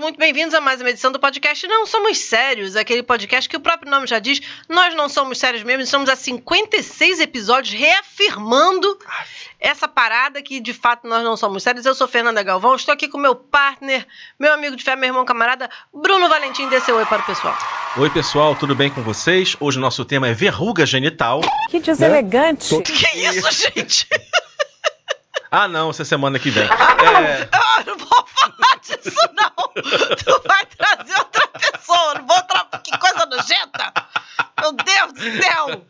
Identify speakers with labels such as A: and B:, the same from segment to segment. A: muito bem-vindos a mais uma edição do podcast Não Somos Sérios, aquele podcast que o próprio nome já diz, nós não somos sérios mesmo, estamos há 56 episódios reafirmando essa parada que de fato nós não somos sérios. Eu sou Fernanda Galvão, estou aqui com meu partner, meu amigo de fé, meu irmão camarada, Bruno Valentim, dê seu oi para o pessoal.
B: Oi, pessoal, tudo bem com vocês? Hoje nosso tema é verruga genital.
C: Que deselegante.
B: Tô-
A: Que é isso, gente?
B: Ah, não, essa semana que vem. É,
A: Ah, não vou falar disso, não. Tu vai trazer outra pessoa. Não vou tra... Que coisa nojenta. Meu Deus do céu.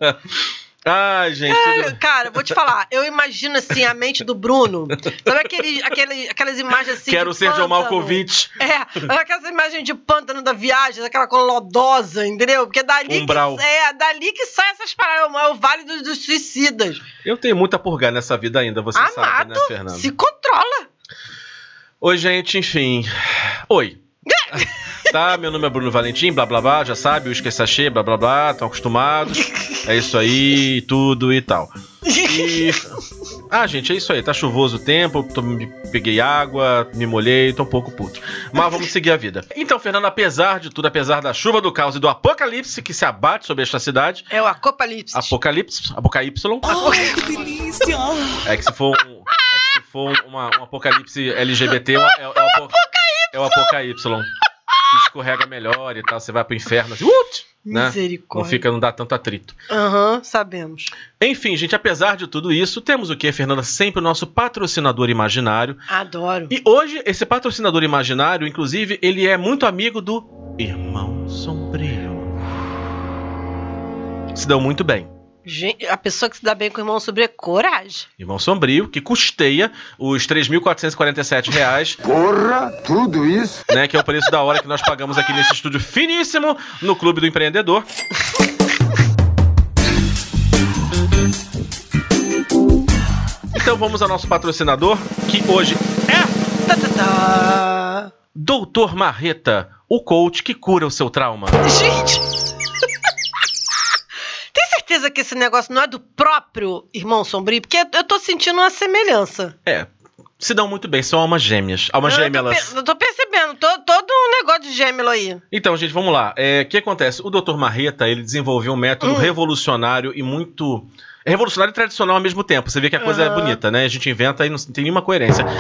B: Ai, gente.
A: Cara, Cara, vou te falar. Eu imagino, assim, a mente do Bruno. Sabe aquele, aquele, aquelas imagens assim
B: Quero
A: de
B: ser
A: pântano?
B: John Malkovich.
A: É, aquelas imagens de pântano da viagem, daquela coisa lodosa, entendeu? Porque dali
B: Umbral.
A: que, é, dali que sai essas paradas. É o vale dos, dos suicidas.
B: Eu tenho muito a purgar nessa vida ainda, você sabe, né,
A: Amado,
B: Fernanda?
A: Se controla.
B: Oi, gente, enfim. Oi. tá, meu nome é Bruno Valentim, blá blá blá, já sabe, o esqueci sachê, blá blá blá, estão acostumados. É isso aí, tudo e tal. E- Ah, gente, é isso aí. Tá chuvoso o tempo, tô- me- peguei água, me molhei, tô um pouco puto. Mas vamos seguir a vida. Então, Fernando, apesar de tudo, apesar da chuva, do caos e do apocalipse que se abate sobre esta cidade,
A: É o acopalipse.
B: apocalipse, apocalipse,
C: que delícia.
B: é que se for um, é que se for uma- um apocalipse LGBT, é, o- é, o- é, o apo- é o apocalipse. Que escorrega melhor e tal, você vai pro inferno assim, ut, né? Não
A: Misericórdia.
B: fica, não dá tanto atrito.
A: Aham, sabemos.
B: Enfim, gente, apesar de tudo isso, temos o que, Fernanda? Sempre o nosso patrocinador imaginário.
A: Adoro.
B: E hoje, esse patrocinador imaginário, inclusive, ele é muito amigo do Irmão Sombrio. Se dão muito bem.
A: Gente, a pessoa que se dá bem com o irmão sobre é coragem.
B: Irmão Sombrio, que custeia os 3.447 reais
D: Porra, tudo isso?
B: né, Que é o preço da hora que nós pagamos aqui nesse estúdio finíssimo no Clube do Empreendedor. Então vamos ao nosso patrocinador, que hoje é
A: Tá, tá, tá.
B: Doutor Marreta, o coach que cura o seu trauma.
A: Gente! Tem certeza que esse negócio não é do próprio irmão sombrio? Porque eu tô sentindo uma semelhança.
B: É, Se dão muito bem, são almas gêmeas. Almas
A: Eu- Eu
B: gêmelas.
A: tô, pe- eu tô percebendo to- todo um negócio de gêmelo aí.
B: Então, gente, vamos lá. É, O que acontece? O Dr. Marreta, ele desenvolveu um método
A: Hum.
B: revolucionário e muito... é Revolucionário e tradicional ao mesmo tempo. Você vê que a coisa é
A: Aham.
B: bonita, né? A gente inventa e não tem nenhuma coerência.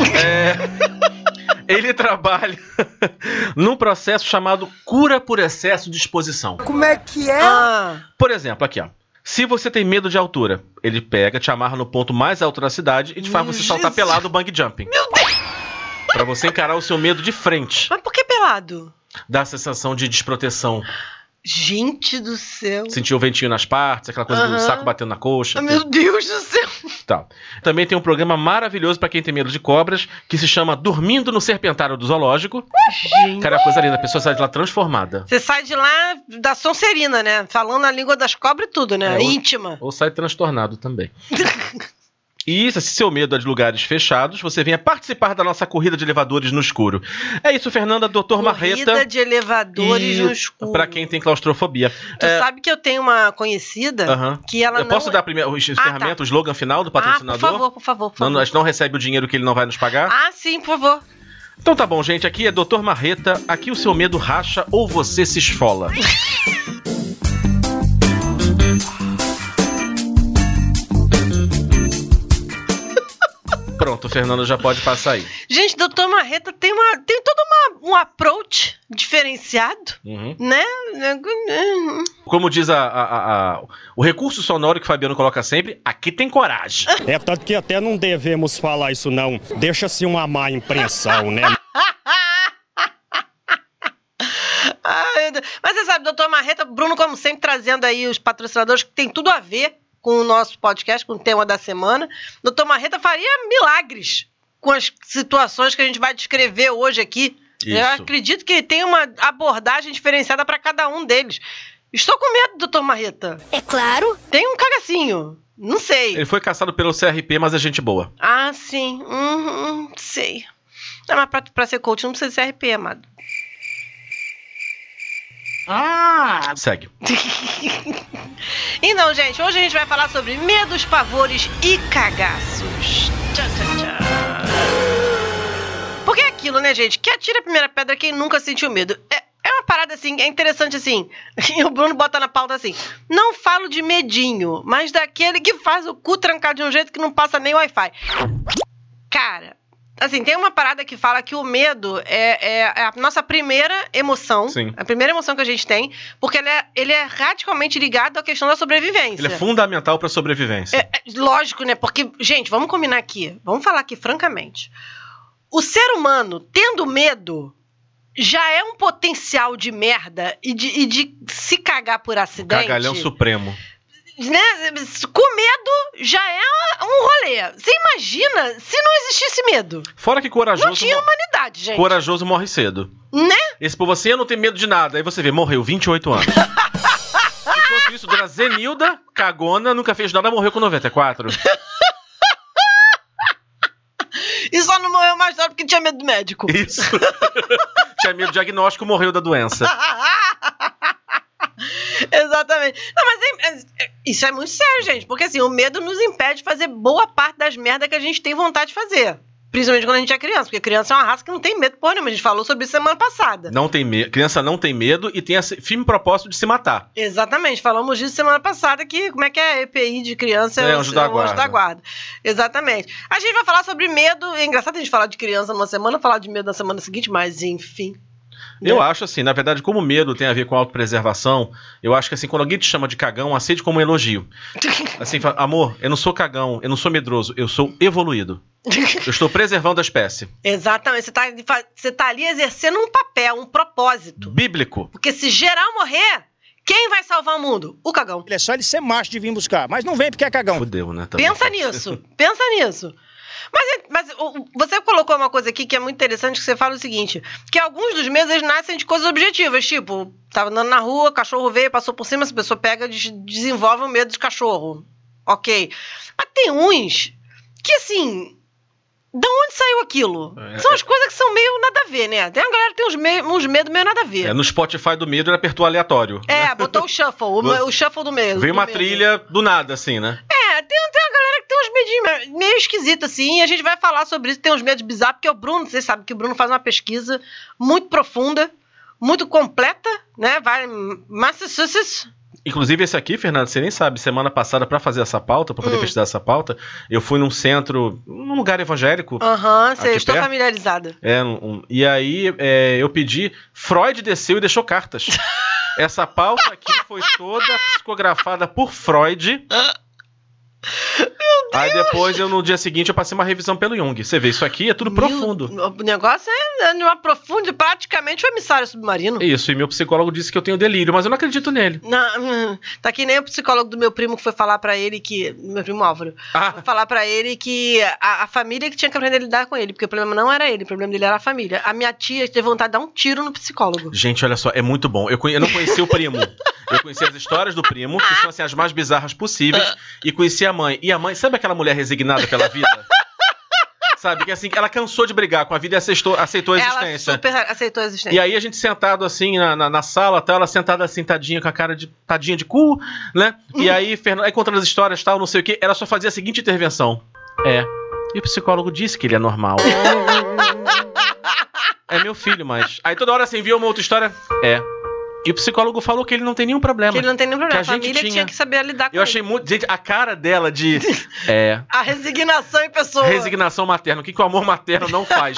B: É, Ele trabalha num processo chamado cura por excesso de exposição.
C: Como é que é?
A: Ah,
B: Por exemplo, aqui, ó. Se você tem medo de altura, ele pega, te amarra no ponto mais alto da cidade e te faz você saltar
A: Jesus.
B: pelado o bang jumping. Meu Deus! Pra você encarar o seu medo de frente.
A: mas por que pelado?
B: Dá a sensação de desproteção.
A: Gente do céu.
B: sentir o ventinho nas partes, aquela coisa
A: Aham.
B: do saco batendo na coxa.
A: Ah, meu Deus do céu.
B: tal. Também tem um programa maravilhoso pra quem tem medo de cobras, que se chama Dormindo no Serpentário do Zoológico.
A: Gente.
B: Cara, é uma coisa linda, a pessoa sai de lá transformada.
A: Você sai de lá da Sonserina, né? Falando a língua das cobras e tudo, né?
B: É, o-
A: Íntima.
B: Ou sai transtornado também. E se seu medo é de lugares fechados, você venha participar da nossa corrida de elevadores no escuro. É isso, Fernanda, Doutor
A: Corrida
B: Marreta,
A: de elevadores
B: e
A: no escuro.
B: pra quem tem claustrofobia.
A: Tu sabe que eu tenho uma conhecida
B: Aham.
A: que ela
B: Eu
A: não... é- tá.
B: posso dar primeiro o encerramento, o slogan final do patrocinador?
A: Ah, por favor, por favor, por
B: Não, não, a
A: favor.
B: gente não recebe o dinheiro que ele não vai nos pagar?
A: Ah, sim, por favor.
B: Então tá bom, gente. Aqui é Dr. Marreta. Aqui o seu medo racha ou você se esfola. Pronto, o Fernando já pode passar aí.
A: Gente, doutor Marreta tem uma... Tem todo uma, um approach diferenciado,
B: Uhum.
A: né?
B: Como diz a- a- a- a- o recurso sonoro que o Fabiano coloca sempre, aqui tem coragem.
E: É, tanto que até não devemos falar isso não. Deixa-se uma má impressão, né?
A: Ai, meu Deus. Ah, Mas você sabe, doutor Marreta, Bruno, como sempre, trazendo aí os patrocinadores que tem tudo a ver com o nosso podcast, com o tema da semana. Doutor Marreta faria milagres com as situações que a gente vai descrever hoje aqui. Eu
B: Isso.
A: acredito que ele tem uma abordagem diferenciada para cada um deles. Estou com medo, doutor Marreta.
F: É claro.
A: Tem um cagacinho. Não sei.
B: Ele foi caçado pelo CRP, mas é gente boa.
A: Ah, sim. Hum, hum, sei. Não, mas pra, pra ser coach não precisa ser RP, amado. Ah,
B: Segue.
A: Então, gente, hoje a gente vai falar sobre medos, pavores e cagaços. Tchau, tchau, tchau. Porque aqui aquilo, né, gente? Que atira a primeira pedra é quem nunca sentiu medo. É, é uma parada assim, é interessante assim. E o Bruno bota na pauta assim: não falo de medinho, mas daquele que faz o cu trancar de um jeito que não passa nem Wi-Fi. Cara, assim, tem uma parada que fala que o medo é, é- é a nossa primeira emoção.
B: Sim.
A: A primeira emoção que a gente tem, porque ele é, ele é radicalmente ligado à questão da sobrevivência.
B: Ele é fundamental pra sobrevivência.
A: É, lógico, né? Porque, gente, vamos combinar aqui. Vamos falar aqui francamente. O ser humano, tendo medo, já é um potencial de merda e de, e de se cagar por acidente.
B: Cagalhão supremo.
A: né? Com medo já é um rolê. Você imagina se não existisse medo.
B: Fora que corajoso,
A: Não tinha
B: mo-
A: humanidade, gente.
B: corajoso morre cedo.
A: Né?
B: Esse povo assim, eu não tenho medo de nada. Aí você vê, morreu 28 anos. Enquanto isso, dona Zenilda, cagona, nunca fez nada, morreu com 94.
A: E só não morreu mais nada porque tinha medo do médico.
B: Isso. Tinha medo do diagnóstico, morreu da doença.
A: Exatamente. Não, mas é- é- isso é muito sério, gente. Porque assim, o medo nos impede de fazer boa parte das merdas que a gente tem vontade de fazer. Principalmente quando a gente é criança, porque criança é uma raça que não tem medo porra nenhuma. A gente falou sobre isso semana passada.
B: Não tem medo. Criança não tem medo e tem esse firme propósito de se matar.
A: Exatamente, falamos disso semana passada, que como é que é EPI de criança
B: É,
A: o-
B: anjo da
A: o
B: guarda.
A: guarda. Exatamente. A gente vai falar sobre medo. É engraçado a gente falar de criança numa semana, falar de medo na semana seguinte, mas enfim.
B: Eu
A: É.
B: acho assim, na verdade, como o medo tem a ver com autopreservação, eu acho que assim, quando alguém te chama de cagão, aceite como um elogio. Assim, fala, amor, eu não sou cagão, eu não sou medroso, eu sou evoluído. Eu estou preservando a espécie.
A: Exatamente. Você tá, você tá ali exercendo um papel, um propósito.
B: Bíblico.
A: Porque se geral morrer, quem vai salvar o mundo? O cagão.
E: Ele é só ele ser macho de vir buscar, mas não vem porque é cagão.
B: Fudeu, né? também.
A: Então, Pensa nisso, pensa nisso. Mas, é- mas o- o- você colocou uma coisa aqui que é muito interessante, que você fala o seguinte, que alguns dos medos eles nascem de coisas objetivas, tipo, tava andando na rua, cachorro veio, passou por cima, essa pessoa pega, des- desenvolve o medo de cachorro. Ok. Mas tem uns que, assim, da onde saiu aquilo?
B: É,
A: São as coisas que são meio nada a ver, né? Tem uma galera que tem uns, me- uns medos meio nada a ver.
B: É, no Spotify do medo ele apertou aleatório.
A: É, botou o shuffle, o,
B: Bo-
A: o shuffle do meio.
B: Veio
A: do
B: uma
A: medo.
B: trilha do nada, assim, né?
A: É, tem, tem uma galera que tem uns medinhos meio- meio esquisitos, assim, e a gente vai falar sobre isso, tem uns medos bizarros, porque o Bruno, vocês sabem que o Bruno faz uma pesquisa muito profunda, muito completa, né? Vai em Massachusetts.
B: Inclusive, esse aqui, Fernando, você nem sabe, semana passada, pra fazer essa pauta, pra poder
A: Hum.
B: pesquisar essa pauta, eu fui num centro, num lugar evangélico.
A: Aham,
B: Aqui
A: sei, estou
B: perto?
A: familiarizada.
B: É, um- um- e aí é, eu pedi, Freud desceu e deixou cartas. Essa pauta aqui foi toda psicografada por Freud. Aí depois, eu, no dia seguinte, eu passei uma revisão pelo Jung. Você vê, isso aqui é tudo profundo.
A: Meu- O negócio é de uma profunda, praticamente um emissário submarino.
B: Isso, e meu psicólogo disse que eu tenho delírio, mas eu não acredito nele.
A: Na- hum, tá que nem o psicólogo do meu primo que foi falar pra ele que. Meu primo Álvaro.
B: Ah,
A: Foi falar pra ele que a, a família que tinha que aprender a lidar com ele, porque o problema não era ele, o problema dele era a família. A minha tia teve vontade de dar um tiro no psicólogo.
B: Gente, olha só, é muito bom. Eu, conhe- eu não conheci o primo. Eu conheci as histórias do primo, que são assim, as mais bizarras possíveis, e conheci a mãe. E a mãe, sabe aquela mulher resignada pela vida? Sabe, que assim, ela cansou de brigar com a vida e aceitou, aceitou a
A: Ela
B: existência.
A: super aceitou a existência.
B: E aí a gente sentado assim na, na, na sala, tal, ela sentada assim, tadinha, com a cara de tadinha de cu, né?
A: Uhum.
B: E aí, Fernando, aí contando as histórias, tal, não sei o quê, ela só fazia a seguinte intervenção. É. E o psicólogo disse que ele é normal. é meu filho, mas. Aí toda hora assim, via uma outra história. É. E o psicólogo falou que ele não tem nenhum problema.
A: que ele não tem nenhum problema.
B: que a
A: A,
B: gente
A: família tinha...
B: tinha
A: que saber lidar com
B: Eu achei muito. Gente, a cara dela de. É.
A: ele. A resignação em pessoa.
B: Resignação materna. O que, que o amor materno não faz?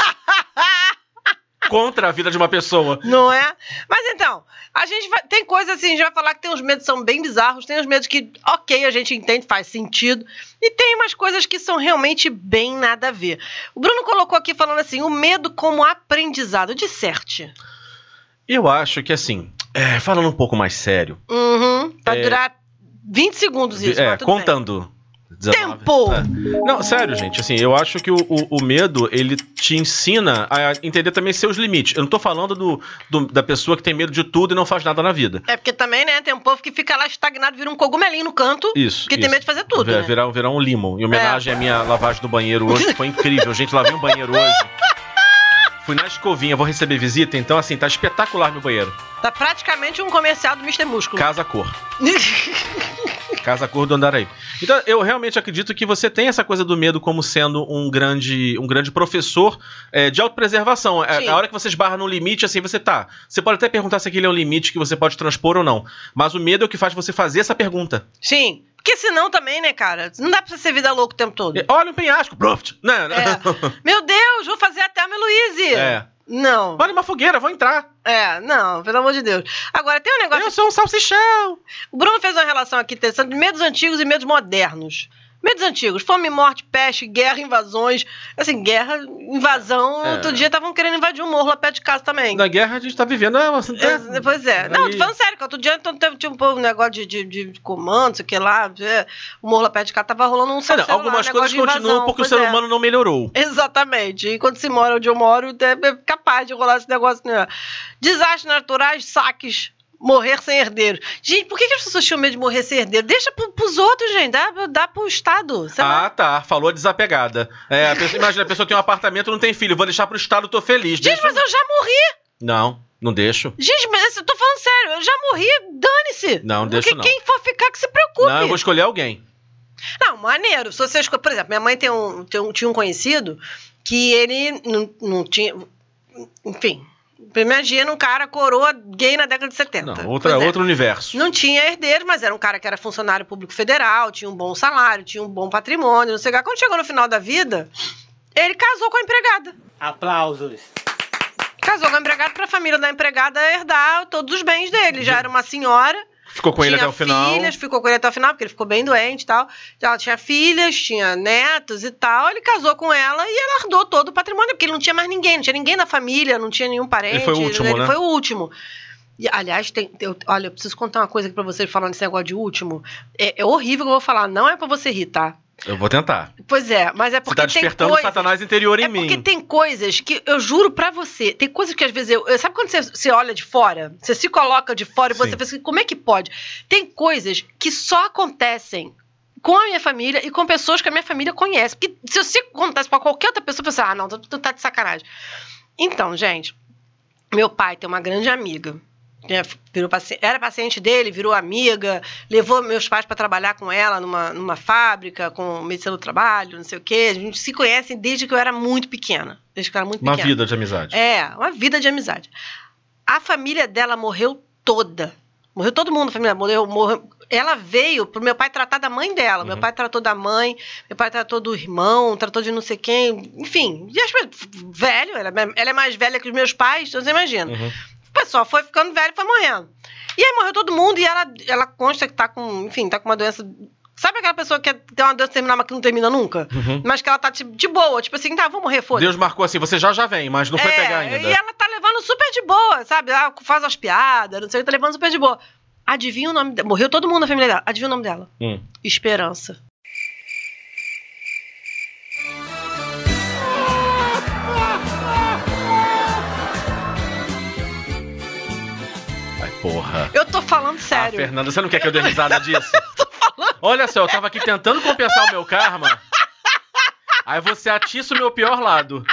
B: Contra a vida de uma pessoa.
A: Não é? Mas então, a gente vai, tem coisa assim, a gente vai falar que tem uns medos que são bem bizarros, tem uns medos que, ok, a gente entende, faz sentido, e tem umas coisas que são realmente bem nada a ver. O Bruno colocou aqui falando assim, o medo como aprendizado, de certe.
B: Eu acho que assim, é, falando um pouco mais sério,
A: Uhum, vai
B: É.
A: durar 20 segundos isso,
B: é,
A: mas tudo
B: contando.
A: bem.
B: 19.
A: Tempo!
B: Não, sério, gente, assim, eu acho que o, o- o medo, ele te ensina a entender também seus limites. Eu não tô falando do, do- da pessoa que tem medo de tudo e não faz nada na vida.
A: É porque também, né, tem um povo que fica lá estagnado, vira um cogumelinho no canto,
B: Isso.
A: porque tem
B: isso.
A: medo de fazer tudo,
B: Virar,
A: né? É.
B: virar, virar um limão. Em homenagem à minha lavagem do banheiro hoje, que foi incrível. Gente, lavei um banheiro hoje. Fui na escovinha, vou receber visita, então assim, tá espetacular meu banheiro.
A: Tá praticamente um comercial do Mr. Músculo.
B: Casa cor. Casa Cor do Andaraí. Então, eu realmente acredito que você tem essa coisa do medo como sendo um grande, um grande professor é, de autopreservação. É,
A: Sim.
B: a hora que você esbarra num limite, assim, você tá. Você pode até perguntar se aquele é um limite que você pode transpor ou não. Mas o medo é o que faz você fazer essa pergunta.
A: Sim. Porque senão também, né, cara? Não dá pra você ser vida louca o tempo todo.
B: E, Olha um penhasco, pronto. Não, não.
A: É. Meu Deus, vou fazer até a Meluíse.
B: É.
A: Não,
B: Olha uma fogueira, vou entrar.
A: é, não, pelo amor de Deus. Agora, tem um negócio
B: Eu sou um salsichão.
A: O Bruno fez uma relação aqui interessante de medos antigos e medos modernos. Medos antigos, fome, morte, peste, guerra, invasões. Assim, guerra, invasão.
B: É.
A: Outro dia estavam querendo invadir um morro lá perto de casa também.
B: Na guerra a gente tá vivendo. é, uma-
A: É, Pois é. Não,
B: Aí-
A: tô falando sério, que outro dia então, teve, tinha um povo, um negócio de, de, de comando, sei o que lá. é, O morro lá perto de casa tava rolando um
B: Ah,
A: celular,
B: não, algumas
A: negócio
B: coisas
A: de invasão,
B: continuam porque
A: pois
B: o ser
A: é.
B: humano não melhorou.
A: Exatamente. E quando se mora onde eu moro, é capaz de rolar esse negócio. Né? Desastres naturais, saques. Morrer sem herdeiro. Gente, por que, que as pessoas tinham medo de morrer sem herdeiro? Deixa pro, pros outros, gente. Dá, dá pro Estado. Sei lá.
B: Ah, tá. Falou a desapegada. É, a pessoa- imagina, a pessoa tem um apartamento não tem filho. Vou deixar pro Estado, tô feliz.
A: Gente,
B: Deixa-
A: mas eu já morri.
B: Não, não deixo.
A: Gente, mas eu tô falando sério. Eu já morri. Dane-se.
B: Não, deixa
A: Porque
B: não.
A: quem for ficar que se preocupe.
B: Não, eu vou escolher alguém.
A: Não, maneiro. Se vocês, por exemplo, minha mãe tem um, tem um- tinha um conhecido que ele não, não tinha. Enfim, imagina um cara coroa gay na década de 70.
B: Não, outra,
A: Pois é.
B: outro universo.
A: Não tinha herdeiro, mas era um cara que era funcionário público federal, tinha um bom salário, tinha um bom patrimônio, não sei o que. Quando chegou no final da vida, ele casou com a empregada.
F: Aplausos.
A: Casou com a empregada para a família da empregada herdar todos os bens dele. Já era uma senhora
B: Ficou com ele até
A: tinha
B: o final.
A: filhas, ficou com ele até o final, porque ele ficou bem doente e tal. Ela tinha filhas, tinha netos e tal. Ele casou com ela e ela herdou todo o patrimônio, porque ele não tinha mais ninguém, não tinha ninguém na família, não tinha nenhum parente.
B: Ele foi o último,
A: ele
B: né?
A: foi o último. E, aliás, tem, tem- olha, eu preciso contar uma coisa aqui pra vocês falando desse negócio de último. É, é horrível o que eu vou falar, não é pra você rir, tá?
B: Eu vou tentar.
A: Pois é, mas é
B: Você
A: porque
B: tá
A: tem
B: despertando o
A: coisas...
B: Satanás interior em
A: É porque
B: mim.
A: tem coisas que eu juro pra você, tem coisas que às vezes eu, eu- sabe quando você, você olha de fora, você se coloca de fora e
B: Sim.
A: você pensa assim, como é que pode? Tem coisas que só acontecem com a minha família e com pessoas que a minha família conhece. Porque se isso acontece pra qualquer outra pessoa, pensa, ah, não, tu, tu tá de sacanagem. Então, gente, meu pai tem uma grande amiga. né, virou paci- era paciente dele, virou amiga, levou meus pais para trabalhar com ela numa, numa fábrica, com medicina do trabalho, não sei o quê. A gente se conhece desde que eu era muito pequena. Desde que eu era muito
B: Uma
A: pequena.
B: vida de amizade.
A: É, uma vida de amizade. A família dela morreu toda. Morreu todo mundo, a família morreu, morreu. Ela veio pro meu pai tratar da mãe dela. Meu
B: Uhum.
A: pai tratou da mãe, meu pai tratou do irmão, tratou de não sei quem. Enfim, e as pessoas- velho, ela, ela é mais velha que os meus pais, então você imagina.
B: Uhum.
A: O pessoal foi ficando velho e foi morrendo. E aí morreu todo mundo e ela, ela consta que tá com, enfim, tá com uma doença. Sabe aquela pessoa que é, tem uma doença terminal, mas que não termina nunca?
B: Uhum.
A: Mas que ela tá tipo, de boa, tipo assim, tá, vou morrer, foda-se.
B: Deus marcou assim, você já já vem, mas não foi
A: É,
B: pegar
A: E
B: ainda.
A: ela tá levando super de boa, sabe? Ela faz as piadas, não sei o que, tá levando super de boa. Adivinha o nome dela. Morreu todo mundo na família dela. Adivinha o nome dela?
B: Hum.
A: Esperança.
B: Ai, porra.
A: Eu tô falando
B: Ah,
A: sério.
B: Fernanda, você não quer que eu dê risada disso? Olha só, eu tava aqui tentando compensar o meu karma. Aí você atiça o meu pior lado.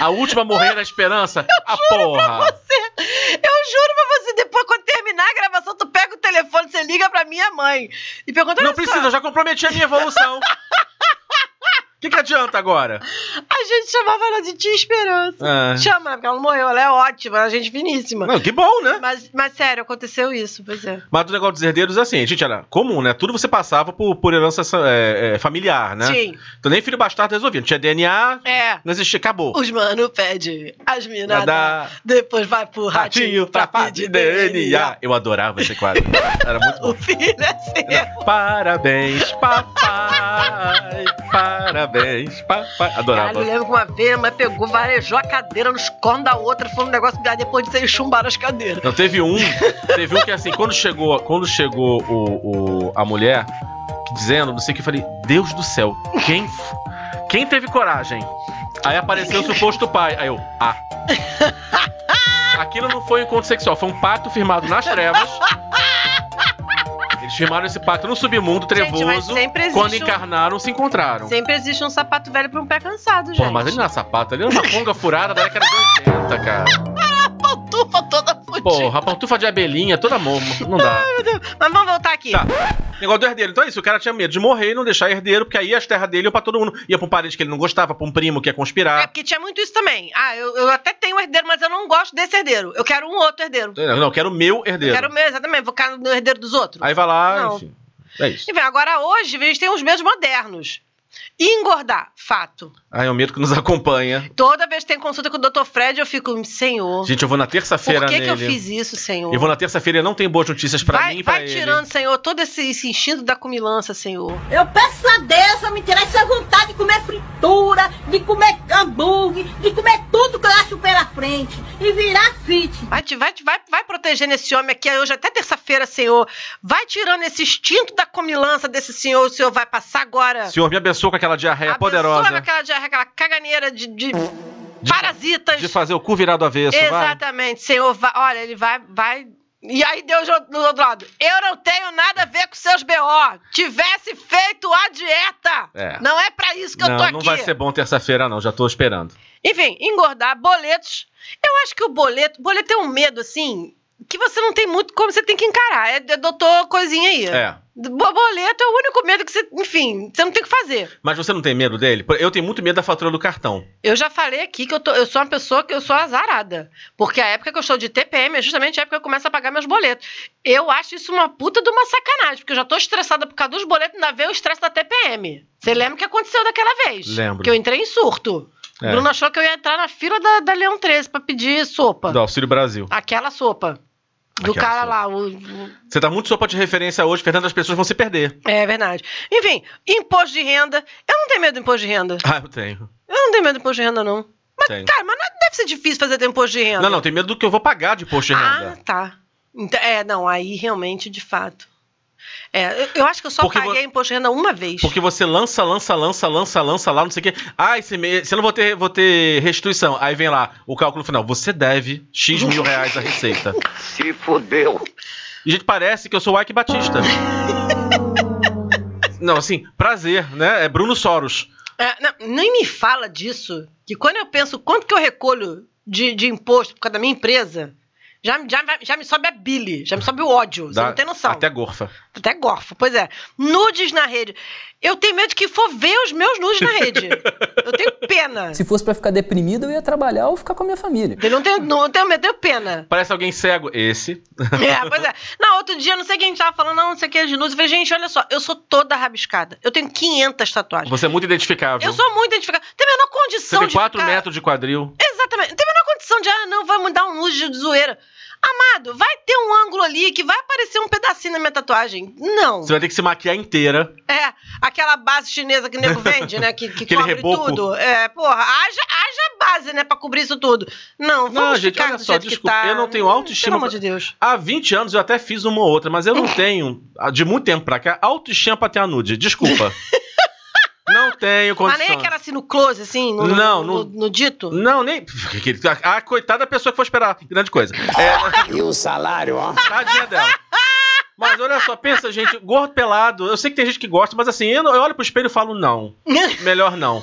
B: A última a morrer na esperança? A porra!
A: Você- eu juro pra você, depois quando terminar a gravação, tu pega o telefone, você liga pra minha mãe e pergunta
B: Não
A: "Olha só,
B: precisa, eu já comprometi a minha evolução. O que, que adianta agora?
A: A gente chamava ela de Tia Esperança.
B: Ah.
A: Chama, porque ela não morreu, ela é ótima, ela é gente finíssima.
B: Não, que bom, né?
A: Mas, mas sério, aconteceu isso, pois é.
B: Mas o negócio dos herdeiros é assim, gente, era comum, né? Tudo você passava por, por herança é, é, familiar, né?
A: Sim.
B: Então nem filho bastardo resolvia. Não tinha DNA,
A: É.
B: não existia, acabou.
A: Os mano pede as minas.
B: Nadar.
A: Depois vai pro ratinho, pra pedir DNA.
B: Eu adorava esse quadro. Era muito bom.
A: O filho é seu.
B: Parabéns, papai. Parabéns, papai.
A: Caralho, eu
B: Adorava.
A: lembro que uma vez a mãe pegou, varejou a cadeira nos cornos da outra, foi um negócio de depois de vocês chumbaram as cadeiras.
B: Não, teve um. Teve um que assim, quando chegou, quando chegou o, o- a mulher dizendo, não sei o que, eu falei, Deus do céu, quem, f- quem teve coragem? Aí apareceu o suposto pai. Aí eu, ah. Aquilo não foi um encontro sexual, foi um pacto firmado nas trevas. Eles firmaram esse pacto no submundo trevoso.
A: Gente, mas sempre existe
B: Quando
A: um-
B: encarnaram, se encontraram.
A: Sempre existe um sapato velho pra um pé cansado, gente.
B: Pô, mas ele não era sapato, ele era uma conga furada da década de 80, cara.
A: Pantufa toda fudida.
B: Porra, a pantufa de abelhinha, toda momo. Não dá.
A: Mas vamos voltar aqui.
B: Tá. Negócio do herdeiro. Então é isso, o cara tinha medo de morrer e não deixar herdeiro, porque aí as terras dele iam pra todo mundo. Ia pra um parente que ele não gostava, pra um primo que ia
A: É
B: conspirar.
A: porque tinha muito isso também. Ah, eu, eu até tenho um herdeiro, mas eu não gosto desse herdeiro. Eu quero um outro herdeiro.
B: Não, não, quero o meu
A: Eu
B: herdeiro.
A: quero o meu, exatamente. Vou ficar no herdeiro dos outros.
B: Aí vai lá,
A: Não.
B: enfim. É isso.
A: E bem, agora hoje a gente tem os medos modernos. Engordar, fato.
B: Aí é um medo que nos acompanha.
A: Toda vez que tem consulta com o Dr. Fred, eu fico, senhor,
B: Gente, eu vou na terça-feira
A: por que,
B: nele.
A: que eu fiz isso, senhor?
B: Eu vou na terça-feira e não tem boas notícias pra
A: vai
B: mim e pra
A: vai
B: ele.
A: tirando, senhor, todo esse, esse instinto da comilança, senhor.
F: Eu peço a Deus pra me tirar essa vontade de comer fritura, de comer hambúrguer, de comer tudo que eu acho pela frente e virar fit.
A: Vai, te- vai, te- vai, vai protegendo esse homem aqui hoje até terça-feira, senhor. Vai tirando esse instinto da comilança desse senhor. O senhor vai passar agora.
B: Senhor, me abençoa com aquela diarreia
A: Abençoa com
B: é poderosa
A: aquela diarreia, aquela caganeira de, de parasitas.
B: de fazer o cu virar do avesso, vai.
A: Exatamente, senhor. vai- olha, ele vai, vai. E aí Deus do outro lado. Eu não tenho nada a ver com seus BO. Tivesse feito a dieta.
B: É.
A: Não é pra isso que eu tô
B: Não,
A: aqui.
B: não vai ser bom terça-feira, não. Já tô esperando.
A: Enfim, engordar, boletos. Eu acho que o boleto. Boleto é um medo, assim, que você não tem muito como você tem que encarar. É, é doutor coisinha aí.
B: É.
A: Bo- Boleto é o único medo que você. Enfim, você não tem o que fazer.
B: Mas você não tem medo dele? Eu tenho muito medo da fatura do cartão.
A: Eu já falei aqui que eu, tô, eu sou uma pessoa que eu sou azarada. Porque a época que eu estou de TPM é justamente a época que eu começo a pagar meus boletos. Eu acho isso uma puta de uma sacanagem, porque eu já tô estressada por causa dos boletos, ainda vem o estresse da TPM. Você lembra o que aconteceu daquela vez?
B: Lembro.
A: Que eu entrei em surto.
B: É.
A: O Bruno achou que eu ia entrar na fila da, da Leão 13 pra pedir sopa.
B: Do Auxílio Brasil.
A: Aquela sopa. Do
B: Aquela
A: cara
B: sopa.
A: lá. o- o-
B: Você tá muito sopa de referência hoje, Fernando, as pessoas vão se perder.
A: É verdade. Enfim, imposto de renda. Eu não tenho medo do imposto de renda.
B: Ah, eu tenho.
A: Eu não tenho medo do imposto de renda, não. Mas,
B: Tenho.
A: cara, mas não é deve ser difícil fazer ter imposto de renda.
B: Não, não, tem medo do que eu vou pagar de imposto de
A: Ah,
B: renda.
A: tá. Então, é, não, aí realmente, de fato. É, eu, eu acho que eu só
B: Porque
A: paguei
B: vo-
A: imposto de renda uma vez.
B: Porque você lança, lança, lança, lança, lança lá, não sei o quê. Ah, esse mês. Você não vou ter, vou ter restituição. Aí vem lá o cálculo final. Você deve X mil reais à receita.
D: Se fodeu.
B: E gente parece que eu sou o Ike Batista. não, assim, prazer, né? É Bruno Soros.
A: É, não, nem me fala disso. Que quando eu penso quanto que eu recolho de, de imposto por causa da minha empresa, já, já, já me sobe a bile, já me sobe o ódio. você
B: Dá
A: não tem noção.
B: Até gorfa.
A: Até gorfo, pois é. Nudes na rede. Eu tenho medo que for ver os meus nudes na rede. Eu tenho pena.
G: Se fosse pra ficar deprimido, eu ia trabalhar ou ficar com a minha família.
A: Eu não tenho, não tenho medo, eu tenho pena.
B: Parece alguém cego. Esse.
A: É, pois é. Não, outro dia, não sei quem tava falando, não, não sei o que, de nudes. Eu falei, gente, olha só, eu sou toda rabiscada. Eu tenho 500 tatuagens.
B: Você é muito identificável.
A: Eu sou muito identificada. Tem a menor
B: Você
A: condição
B: tem
A: de
B: 4
A: ficar...
B: metros de quadril.
A: Exatamente. Não tem a menor condição de, ah, não, vai mudar um nude de zoeira. Amado, vai ter um ângulo ali que vai aparecer um pedacinho na minha tatuagem. Não.
B: Você vai ter que se maquiar inteira.
A: É, aquela base chinesa que o nego vende, né? Que, que
B: Aquele
A: cobre
B: reboco.
A: tudo. É, porra, haja, haja base, né? Pra cobrir isso tudo. Não, vamos
B: Não, gente,
A: ficar
B: olha
A: do
B: só,
A: jeito que
B: desculpa.
A: tá.
B: Eu não tenho autoestima.
A: Pelo amor de Deus.
B: Há 20 anos eu até fiz uma ou outra, mas eu não tenho, de muito tempo pra cá, autoestima pra ter a nude. Desculpa. não tenho
A: Mas
B: condição.
A: nem aquela assim no close, assim, no, no-
B: Não,
A: no,
B: não-
A: no dito?
B: Não, nem. A, a coitada da pessoa que for esperar. Grande coisa. É,
C: E o salário, ó.
B: tadinha dela. Mas olha só, pensa, gente, gordo pelado. Eu sei que tem gente que gosta, mas assim, eu, não- eu olho pro espelho e falo, não. Melhor não.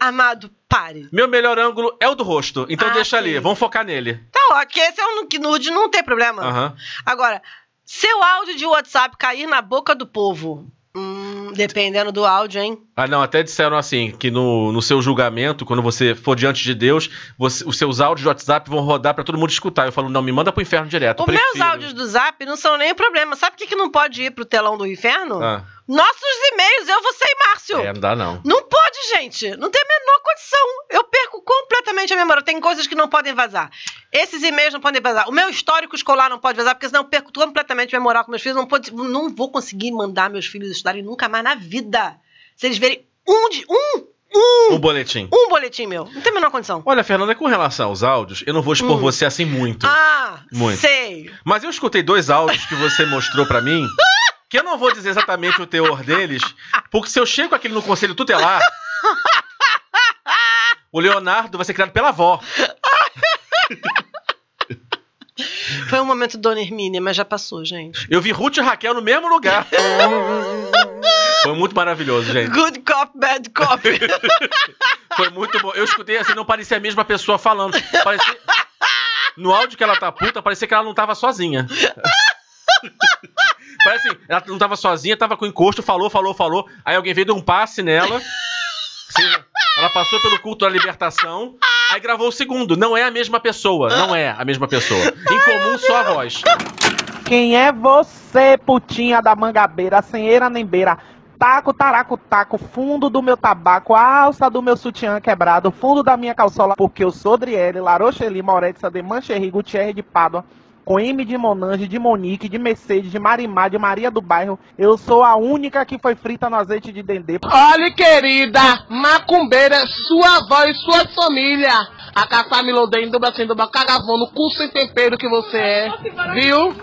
A: Amado, pare.
B: Meu melhor ângulo é o do rosto. Então
A: Ah,
B: deixa ali,
A: sim.
B: vamos focar nele.
A: Tá ótimo, que esse é um que nude, não tem problema.
B: Aham.
A: Agora, seu áudio de WhatsApp cair na boca do povo. Hum, dependendo do áudio, hein?
B: Ah, não, até disseram assim, que no, no seu julgamento, quando você for diante de Deus, você- os seus áudios de WhatsApp vão rodar pra todo mundo escutar. Eu falo, não, me manda pro inferno direto.
A: Os
B: prefiro.
A: meus áudios do zap não são nem o problema. Sabe o que, que não pode ir pro telão do inferno?
B: Ah,
A: Nossos e-mails, eu, você e Márcio.
B: é, não dá não.
A: Não pode, gente. Não tem a menor condição. Eu perco completamente a memória. Tem coisas que não podem vazar. Esses e-mails não podem vazar. O meu histórico escolar não pode vazar, porque senão eu perco completamente a memória com meus filhos. Não, pode- não vou conseguir mandar meus filhos estudarem nunca mais na vida. Se eles verem um de. um,
B: Um
A: um,
B: boletim.
A: um boletim meu. Não tem a menor condição.
B: Olha, Fernanda, com relação aos áudios, eu não vou expor
A: Hum.
B: você assim muito.
A: Ah,
B: Muito.
A: sei.
B: Mas eu escutei dois áudios que você mostrou pra mim, que eu não vou dizer exatamente o teor deles, porque se eu chego aquele no conselho tutelar, o Leonardo vai ser criado pela avó.
A: Foi um momento Dona Hermínia, mas já passou, gente.
B: Eu vi Ruth e Raquel no mesmo lugar. Foi muito maravilhoso, gente.
A: Good cop, bad cop.
B: Foi muito bom. Eu escutei assim, não parecia a mesma pessoa falando. Parecia. No áudio que ela tá puta, parecia que ela não tava sozinha. Parece assim, ela não tava sozinha, tava com encosto, falou, falou, falou. Aí alguém veio, deu um passe nela. Assim, Ela passou pelo culto da libertação. Aí gravou o segundo. Não é a mesma pessoa. Não é a mesma pessoa. Em comum, só a voz.
H: Quem é você, putinha da mangabeira, sem eira nem beira? Taco, taraco, taco, fundo do meu tabaco, a alça do meu sutiã quebrado, fundo da minha calçola, porque eu sou Driele, Larocheli, Moretti, Sademan, Xerri, Gutierrez de Pádua, com M de Monange, de Monique, de Mercedes, de Marimar, de Maria do Bairro, eu sou a única que foi frita no azeite de dendê.
I: Olhe, querida, macumbeira, sua avó e sua família. A caçar milodem, dubla sem dubla, cagavão no cu sem tempero que você é. Viu?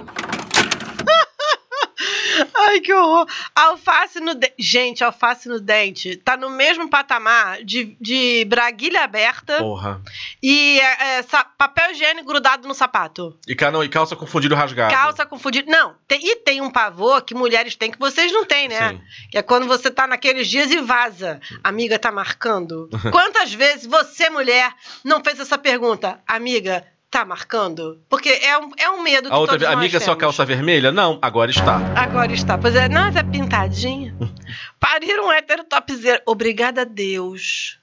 A: Ai, que horror. Alface no dente. Gente, alface no dente. Tá no mesmo patamar de, de braguilha aberta
B: Porra.
A: e é, é, sa- papel higiênico grudado no sapato.
B: E, ca- não, e calça com fundido rasgado.
A: Calça confundida. Não, tem- e tem um pavor que mulheres têm que vocês não têm, né?
B: Sim.
A: Que é quando você tá naqueles dias e vaza. Amiga, tá marcando? Quantas vezes você, mulher, não fez essa pergunta? Amiga, tá marcando? Porque é um, é um medo que
B: A outra
A: todos nós
B: amiga, sua
A: temos.
B: calça vermelha? Não, agora está.
A: Agora está. Pois é, não, mas é pintadinha. Parir um hétero topzera. Obrigada a Deus.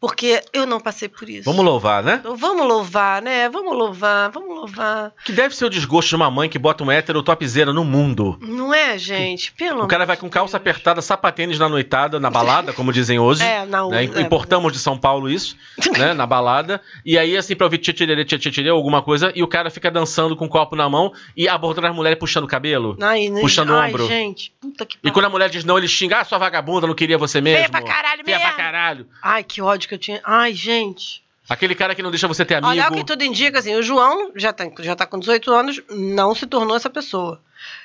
A: Porque eu não passei por isso.
B: Vamos louvar, né?
A: Então, vamos louvar, né? Vamos louvar, vamos louvar.
B: Que deve ser o desgosto de uma mãe que bota um hétero topzera no mundo.
A: Não é, gente? Pelo
B: O cara
A: amor
B: vai
A: de
B: com calça
A: Deus.
B: apertada, sapatênis na noitada, na balada, como dizem hoje.
A: É, na
B: né?
A: é,
B: Importamos de São Paulo isso, né? Na balada. E aí, assim, pra ouvir tchitirere, tchitirere, alguma coisa, e o cara fica dançando com o copo na mão e abordando as mulheres puxando o cabelo.
A: Ai, né?
B: puxando o
A: Ai,
B: ombro.
A: gente, puta que
B: E quando a mulher diz não, ele xinga, ah, sua vagabunda, não queria você mesmo.
A: Feia pra caralho
B: Feia
A: mesmo.
B: pra caralho.
A: Ai, que ódio que eu tinha. Ai, gente.
B: Aquele cara que não deixa você ter amigo.
A: Olha o que tudo indica, assim, o João já tá, já tá com 18 anos, não se tornou essa pessoa.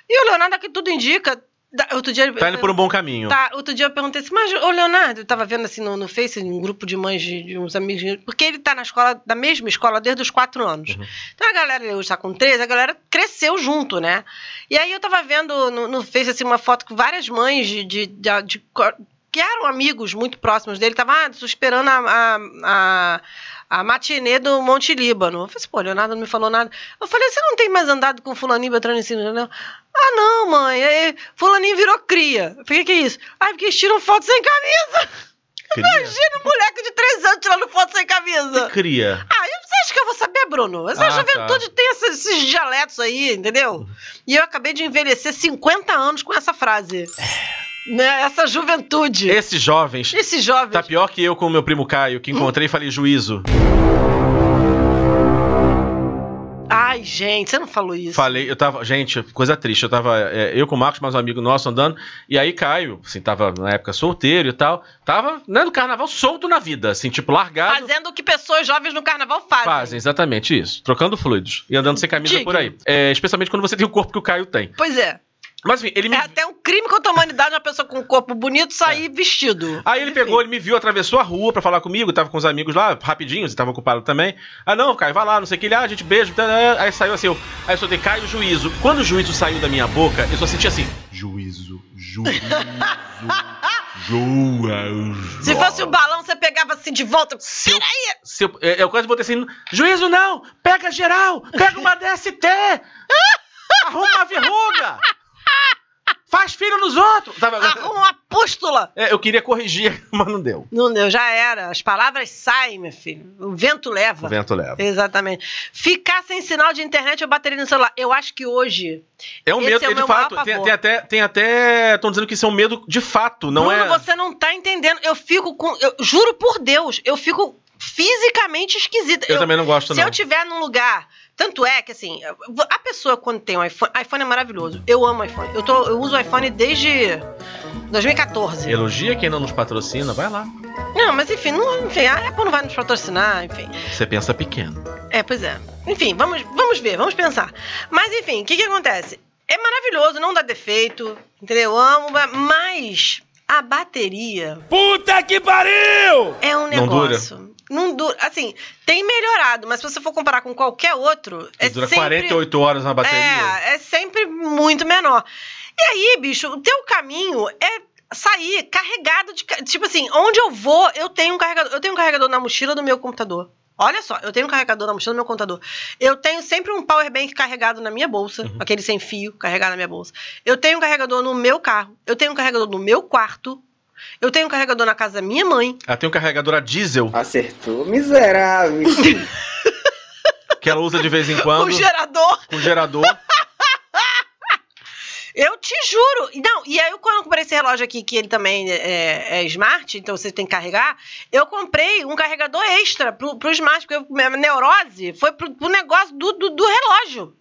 A: E o Leonardo, ao que tudo indica... da- Outro dia...
B: Tá indo por um bom caminho.
A: Tá, outro dia eu perguntei assim, mas ô Leonardo, eu tava vendo assim no, no Face, um grupo de mães de, de uns amigos, meus, porque ele tá na escola, da mesma escola, desde os quatro anos. Então a galera ele hoje tá com 13, a galera cresceu junto, né? E aí eu tava vendo no, no Face assim, uma foto com várias mães de. de- de- de co- que eram amigos muito próximos dele, tava ah, tô esperando a, a, a, a matinê do Monte Líbano. Eu falei assim, pô, Leonardo não me falou nada. Eu falei, você não tem mais andado com fulaninho, Beltrano e Ciclano, não? Ah, não, mãe, é, fulaninho virou cria. Eu falei, que que é isso? Ah, porque eles tiram foto sem camisa.
B: Cria.
A: Imagina um moleque de três anos tirando foto sem camisa.
B: Cria.
A: Ah, e você acha que eu vou saber, Bruno? Essa
B: Ah,
A: juventude tem esses, esses dialetos aí, entendeu? E eu acabei de envelhecer 50 anos com essa frase. né? Essa juventude. Esse,
B: Esses jovens
A: jovem.
B: É. Tá pior que eu com o meu primo Caio, que encontrei e falei juízo.
A: Ai, gente, você não falou isso.
B: Falei, eu tava. Gente, coisa triste. Eu tava. é, eu com o Marcos, mais um amigo nosso andando. E aí Caio, assim, tava na época solteiro e tal. Tava, né, no carnaval solto na vida, assim, tipo, largado.
A: Fazendo o que pessoas jovens no carnaval fazem.
B: Fazem, exatamente isso. Trocando fluidos e andando sem camisa
A: Digno.
B: por aí. É, especialmente quando você tem o corpo que o Caio tem.
A: Pois é.
B: Mas enfim, ele me.
A: É até um crime contra a humanidade uma pessoa com um corpo bonito sair
B: É.
A: vestido.
B: Aí ele pegou, ele me viu, atravessou a rua pra falar comigo, tava com os amigos lá, rapidinho, eles estavam ocupados também. Ah, não, Caio, vai lá, não sei o que, ele, ah, gente, beijo. tá, tá, tá. Aí saiu assim, eu, aí eu soltei, Caio, juízo. Quando o juízo saiu da minha boca, eu só senti assim, juízo, juízo, juízo.
A: Se fosse um balão, você pegava assim de volta.
B: Se eu, se eu, é, eu quase botei assim, juízo não, pega geral, pega uma DST, arruma a verruga, faz filho nos outros. Tava-
A: Arruma uma pústula.
B: É, eu queria corrigir, mas não deu.
A: Não deu, já era. As palavras saem, meu filho. O vento leva.
B: O vento leva.
A: Exatamente. Ficar sem sinal de internet ou bateria no celular. Eu acho que hoje.
B: É um
A: Esse
B: medo,
A: é o
B: é de
A: meu maior
B: fato. Tem,
A: pavor.
B: tem até. Tem até. Estão dizendo que isso é um medo de fato, não
A: Bruno,
B: é.
A: você não tá entendendo. Eu fico com. Eu juro por Deus, eu fico fisicamente esquisita.
B: Eu, também não gosto,
A: Se
B: não.
A: eu tiver num lugar. Tanto é que, assim, a pessoa quando tem um iPhone. iPhone é maravilhoso. Eu amo iPhone. Eu, tô, eu uso iPhone desde 2014.
B: Elogia quem não nos patrocina, vai lá.
A: Não, mas enfim, não, enfim, a Apple não vai nos patrocinar, enfim.
B: Você pensa pequeno.
A: É, pois é. Enfim, vamos, vamos ver, vamos pensar. Mas enfim, o que, que acontece? É maravilhoso, não dá defeito, entendeu? Amo, ma- mas a bateria
E: Puta que pariu!
A: é um
B: Não dura?
A: negócio. Não dura. Assim, tem melhorado, mas se você for comparar com qualquer outro, é
B: Dura
A: sempre...
B: 48 horas na bateria.
A: É, é sempre muito menor. E aí, bicho, o teu caminho é sair carregado de. ca- Tipo assim, onde eu vou, eu tenho um carregador. Eu tenho um carregador na mochila do meu computador. Olha só, eu tenho um carregador na mochila do meu contador. Eu tenho sempre um power bank carregado na minha bolsa,
B: Uhum.
A: aquele sem fio carregado na minha bolsa. Eu tenho um carregador no meu carro. Eu tenho um carregador no meu quarto. Eu tenho um carregador na casa da minha mãe.
B: Ela tem um carregador a diesel
J: Acertou, miserável.
B: que ela usa de vez em quando
A: O gerador.
B: com gerador.
A: Eu te juro. Não, e aí quando eu comprei esse relógio aqui, que ele também é, é smart, então você tem que carregar, eu comprei um carregador extra pro, pro smart, porque eu- minha neurose foi pro, pro negócio do, do, do relógio.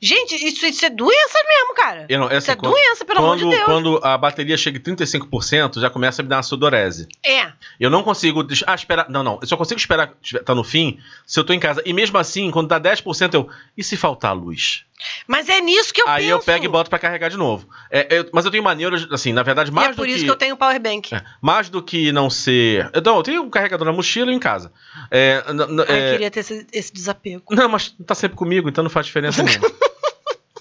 A: Gente, isso, isso é doença mesmo, cara.
B: Eu não,
A: Isso
B: essa
A: é doença, pelo amor
B: quando,
A: de Deus.
B: quando a bateria chega em 35%, já começa a me dar uma sudorese.
A: É.
B: Eu não consigo. des- Ah, esperar. Não, não. Eu só consigo esperar tiver- tá no fim se eu tô em casa. E mesmo assim, quando dá 10%, eu. E se faltar luz?
A: Mas é nisso que eu
B: Aí
A: penso.
B: eu pego e boto pra carregar de novo. É, eu- mas eu tenho maneiras, assim, na verdade,
A: E
B: mais
A: é
B: do
A: por
B: que.
A: isso que eu tenho o power bank.
B: É, mais do que não ser. Então, eu tenho um carregador na mochila e em casa. É, n- n-
A: Ai,
B: é,
A: queria ter esse, esse desapego.
B: Não, mas tá sempre comigo, então não faz diferença nenhuma.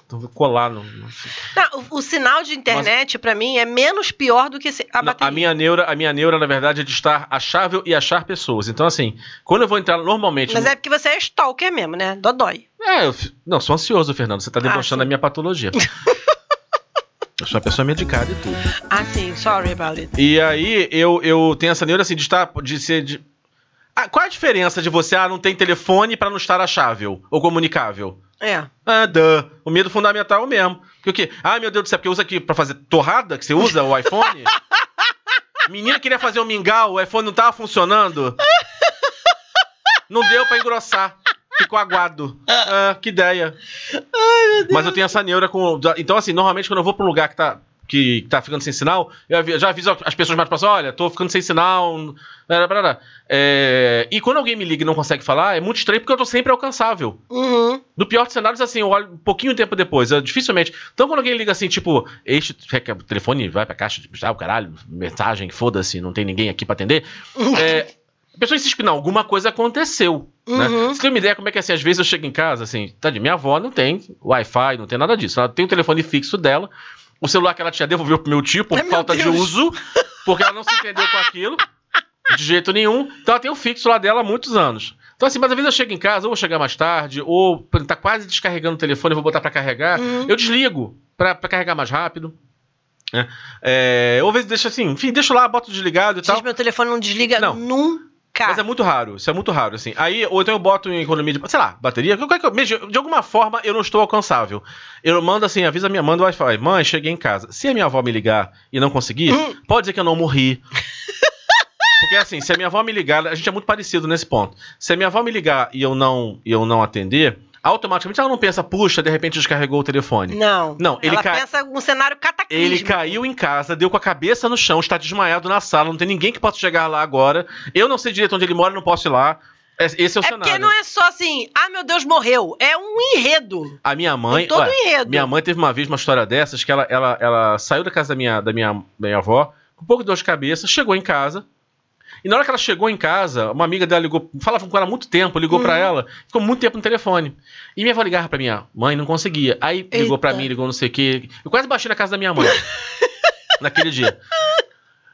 B: então vou colar no. no-
A: Não, o, o sinal de internet, pra mim, é menos pior do que esse- a
B: Não,
A: bateria.
B: a minha neura, a minha neura, na verdade, é de estar achável e achar pessoas. Então, assim, quando eu vou entrar normalmente.
A: Mas
B: no-
A: é porque você é stalker mesmo, né? Dodói.
B: É, eu fi- não, sou ansioso, Fernando. Você tá debochando
A: Ah, sim.
B: a minha patologia. eu sou uma pessoa medicada e tudo.
A: Ah, sim. Sorry about it.
B: E aí, eu, eu tenho essa neura assim de estar. De ser. De... Ah, qual a diferença de você, ah, não tem telefone pra não estar achável ou comunicável?
A: É.
B: Ah, duh. O medo fundamental é o mesmo. Porque o quê? Ah, meu Deus do céu, porque usa aqui pra fazer torrada? Que você usa o iPhone? Menina queria fazer um mingau, o iPhone não tava funcionando. Não deu pra engrossar. Ficou aguado. Ah, que ideia. Mas eu tenho essa neura com. Então, assim, normalmente quando eu vou pra um lugar que tá. Que tá ficando sem sinal, eu avi- já aviso as pessoas mais próximas: olha, tô ficando sem sinal. blá, blá, blá, blá. É, E quando alguém me liga e não consegue falar, é muito estranho porque eu tô sempre alcançável.
A: Uhum.
B: No pior dos cenários, assim, eu olho um pouquinho de tempo depois. Eu, dificilmente. Então, quando alguém liga assim, tipo, este telefone vai pra caixa de cristal, caralho, mensagem, foda-se, não tem ninguém aqui pra atender. É, a pessoa insiste que não, alguma coisa aconteceu. Né?
A: Uhum.
B: Você tem uma ideia como é que assim, às vezes eu chego em casa, assim, tá de minha avó não tem Wi-Fi, não tem nada disso. Ela tem o telefone fixo dela, o celular que ela já devolveu pro meu tio por
A: Ai, meu
B: falta de
A: Deus.
B: uso, porque ela não se entendeu com aquilo. De jeito nenhum. Então ela tem o fixo lá dela há muitos anos. Então, assim, mas às vezes eu chego em casa, ou vou chegar mais tarde, ou pô, tá quase descarregando o telefone, eu vou botar pra carregar.
A: Uhum.
B: Eu desligo pra, pra carregar mais rápido. né? É, ou às vezes deixa assim, enfim, deixo lá, boto desligado e tal.
A: Gente, meu telefone não desliga
B: Não.
A: nunca.
B: Mas é muito raro, isso é muito raro, assim. Aí, ou então eu boto em economia de. Sei lá, bateria. qualquer coisa. Mesmo, De alguma forma eu não estou alcançável. Eu mando assim, avisa a minha mãe do Wi-Fi. Mãe, cheguei em casa. Se a minha avó me ligar e não conseguir, pode dizer que eu não morri. Porque assim, se a minha avó me ligar, a gente é muito parecido nesse ponto. Se a minha avó me ligar e eu não, e eu não atender, automaticamente ela não pensa, puxa, de repente descarregou o telefone.
A: Não.
B: Não, ele
A: Ela
B: cai-
A: pensa um cenário cataclismo.
B: Ele caiu em casa, deu com a cabeça no chão, está desmaiado na sala, não tem ninguém que possa chegar lá agora. Eu não sei direito onde ele mora, não posso ir lá. Es- Esse é o
A: É
B: cenário.
A: porque não é só assim, ah, meu Deus, morreu. É um enredo.
B: A minha mãe.
A: Tem todo
B: olha,
A: um enredo.
B: Minha mãe teve uma vez uma história dessas que ela, ela, ela saiu da casa da minha, da minha, da minha avó, com um pouco de dor de cabeça, chegou em casa. E na hora que ela chegou em casa, uma amiga dela ligou, falava com ela há muito tempo, ligou
A: Uhum.
B: pra ela, ficou muito tempo no telefone. E minha avó ligava pra minha mãe, não conseguia. Aí ligou pra
A: Eita.
B: mim, ligou não sei o quê. Eu quase baixei na casa da minha mãe. naquele dia.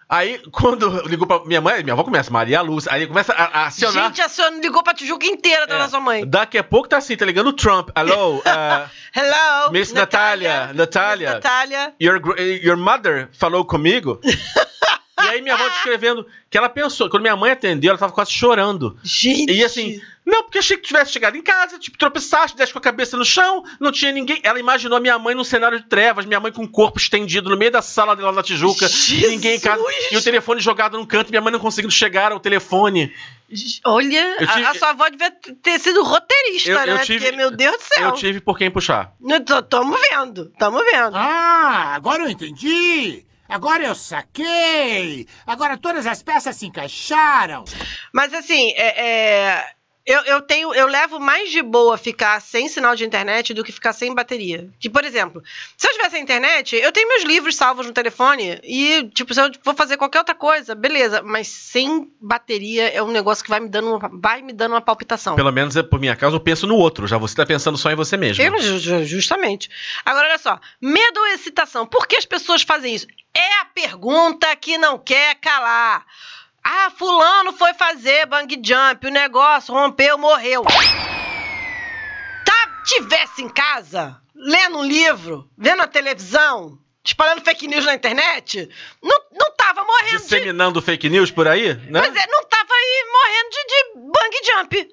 B: Aí, quando ligou pra minha mãe, minha avó começa, Maria Luz. Aí começa a, a acionar.
A: Gente, a senhora ligou pra Tijuca inteira, dona
B: É.
A: sua mãe.
B: Daqui a pouco tá assim, tá ligando o Trump. Alô, ah,
A: Hello.
B: Miss Natália, Natália.
A: Miss Natália.
B: your, gr- your mother falou comigo. e aí minha avó descrevendo que ela pensou, quando minha mãe atendeu, ela tava quase chorando.
A: Gente.
B: E assim, não, porque achei que tivesse chegado em casa, tipo, tropeçaste, deste com a cabeça no chão, não tinha ninguém. Ela imaginou minha mãe num cenário de trevas, minha mãe com o corpo estendido no meio da sala dela na Tijuca,
A: Jesus!
B: ninguém em casa, e o telefone jogado num canto, minha mãe não conseguindo chegar ao telefone.
A: Olha,
B: Eu
A: a-
B: tive-
A: a, sua avó devia ter sido roteirista,
B: Eu- eu
A: né?
B: tive-
A: Porque, meu Deus do céu.
B: Eu tive por quem puxar.
A: Não, tô- Tamo vendo, tamo vendo.
C: Ah, agora eu entendi! Agora eu saquei! Agora todas as peças se encaixaram!
A: Mas assim, é, é, eu, eu tenho, eu levo mais de boa ficar sem sinal de internet do que ficar sem bateria. Que, por exemplo, se eu tivesse a internet, eu tenho meus livros salvos no telefone e, tipo, se eu for fazer qualquer outra coisa, beleza. Mas sem bateria é um negócio que vai me dando uma, vai me dando uma palpitação.
B: Pelo menos é por minha causa, eu penso no outro, já você tá pensando só em você mesmo.
A: Eu, ju- ju- justamente. Agora, olha só. Medo ou excitação? Por que as pessoas fazem isso? É a pergunta que não quer calar. Ah, fulano foi fazer bang jump, o negócio rompeu, morreu. Tá, tivesse em casa, lendo um livro, vendo a televisão, espalhando fake news na internet, não, não tava morrendo de...
B: Disseminando fake news por aí, né?
A: Pois é, não tava aí morrendo de, de bang jump.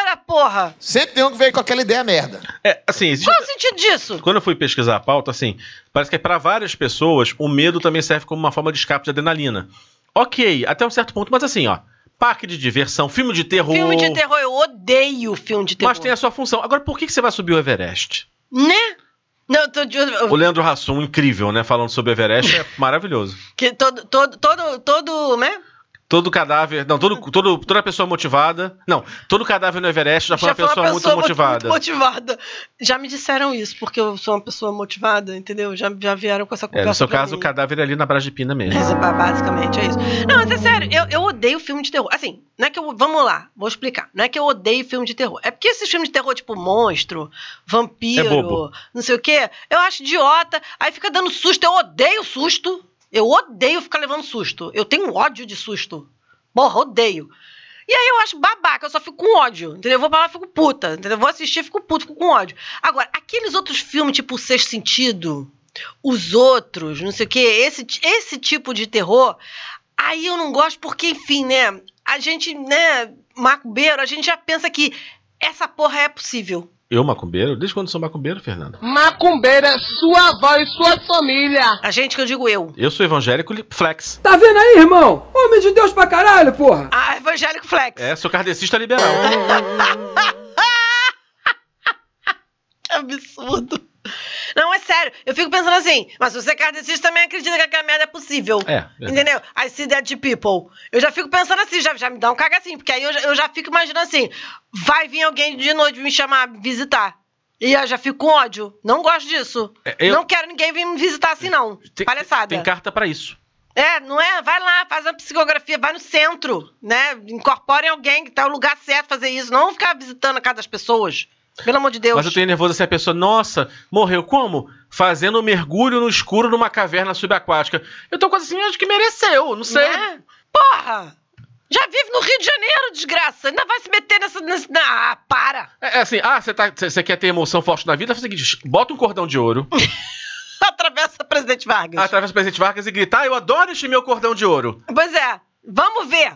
A: Ora, porra!
K: Sempre tem um que veio com aquela ideia merda.
B: É, assim, existe-
A: Qual o sentido disso?
B: Quando eu fui pesquisar a pauta, assim, parece que para várias pessoas o medo também serve como uma forma de escape de adrenalina. Ok, até um certo ponto, mas assim, ó. Parque de diversão, filme de terror.
A: Filme de terror, eu odeio filme de terror.
B: Mas tem a sua função. Agora, por que que você vai subir o Everest?
A: Né? Não, eu tô de...
B: O Leandro Hassum, incrível, né? Falando sobre o Everest, é maravilhoso.
A: Que todo, todo, todo, todo, né?
B: Todo cadáver. Não, todo, todo- toda pessoa motivada. Não, todo cadáver no Everest já foi uma pessoa, muito
A: muito
B: motivada.
A: motivada. Já me disseram isso, porque eu sou uma pessoa motivada, entendeu? Já, já vieram com essa
B: É,
A: conversa.
B: no seu
A: pra
B: caso,
A: mim.
B: o cadáver é ali na Brás de Pina mesmo.
A: Mas, ba- Basicamente é isso. Não, mas é sério, eu, eu odeio filme de terror. Assim, não é que eu. Vamos lá, vou explicar. Não é que eu odeio filme de terror. É porque esses filmes de terror, tipo monstro, vampiro,
B: É bobo.
A: não sei o quê, eu acho idiota. Aí fica dando susto. Eu odeio susto. Eu odeio ficar levando susto. Eu tenho ódio de susto. Porra, odeio. E aí eu acho babaca, eu só fico com ódio, entendeu? Eu vou pra lá, fico puta, entendeu? Eu Vou assistir, fico puto, fico com ódio. Agora, aqueles outros filmes, tipo O Sexto Sentido, Os Outros, não sei o quê, esse, esse tipo de terror, aí eu não gosto porque, enfim, né? A gente, né, macumbeiro, a gente já pensa que essa porra é possível.
B: Eu, macumbeiro? Desde quando sou macumbeiro, Fernando?
I: Macumbeira, sua avó e sua família.
A: A gente que eu digo eu.
B: Eu sou evangélico li- flex.
G: Tá vendo aí, irmão? Homem de Deus pra caralho, porra!
A: Ah, evangélico flex.
B: É, sou kardecista liberal.
A: Que absurdo. Não, é sério. Eu fico pensando assim, mas você cardecista também acredita que aquela merda é possível.
B: É, é.
A: Entendeu? I see that people. Eu já fico pensando assim, já, já me dá um caga assim, porque aí eu já, eu já fico imaginando assim, vai vir alguém de noite me chamar, me visitar. E eu já fico com ódio. Não gosto disso.
B: É, eu-
A: Não quero ninguém vir me visitar assim, não.
B: Tem-
A: Palhaçada.
B: Tem carta pra isso.
A: É, não é? Vai lá, faz uma psicografia, vai no centro, né? Incorporem alguém que tá no lugar certo fazer isso. Não ficar visitando a casa das pessoas. Pelo amor de Deus.
B: Mas eu tenho nervoso assim, a pessoa, nossa, morreu como? Fazendo um mergulho no escuro numa caverna subaquática. Eu tô quase assim, acho que mereceu, não sei.
A: Né? Porra! Já vive no Rio de Janeiro, desgraça! Ainda vai se meter nessa. nessa... Ah, para!
B: É, é assim, ah, você tá, você- você quer ter emoção forte na vida? Faz o seguinte, bota um cordão de ouro,
A: Atravessa presidente Vargas.
B: atravessa o presidente Vargas e grita, ah, eu adoro este meu cordão de ouro.
A: Pois é, vamos ver!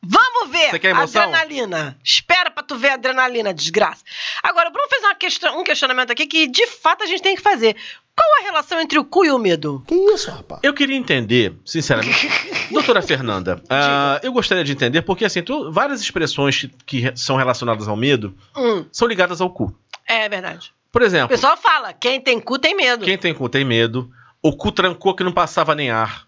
A: Vamos ver!
B: Você quer emoção?
A: Adrenalina. Espera pra tu ver a adrenalina, desgraça. Agora, o Bruno fez uma questão- um questionamento aqui que de fato a gente tem que fazer. Qual a relação entre o cu e o medo?
K: Que isso, rapaz?
B: Eu queria entender, sinceramente, doutora Fernanda, ah, eu gostaria de entender, porque assim, tu- várias expressões que, que re- são relacionadas ao medo
A: Hum,
B: são ligadas ao cu.
A: é verdade.
B: Por
A: O
B: exemplo,
A: pessoal fala: quem tem cu tem medo.
B: quem tem cu tem medo, o cu trancou que não passava nem ar.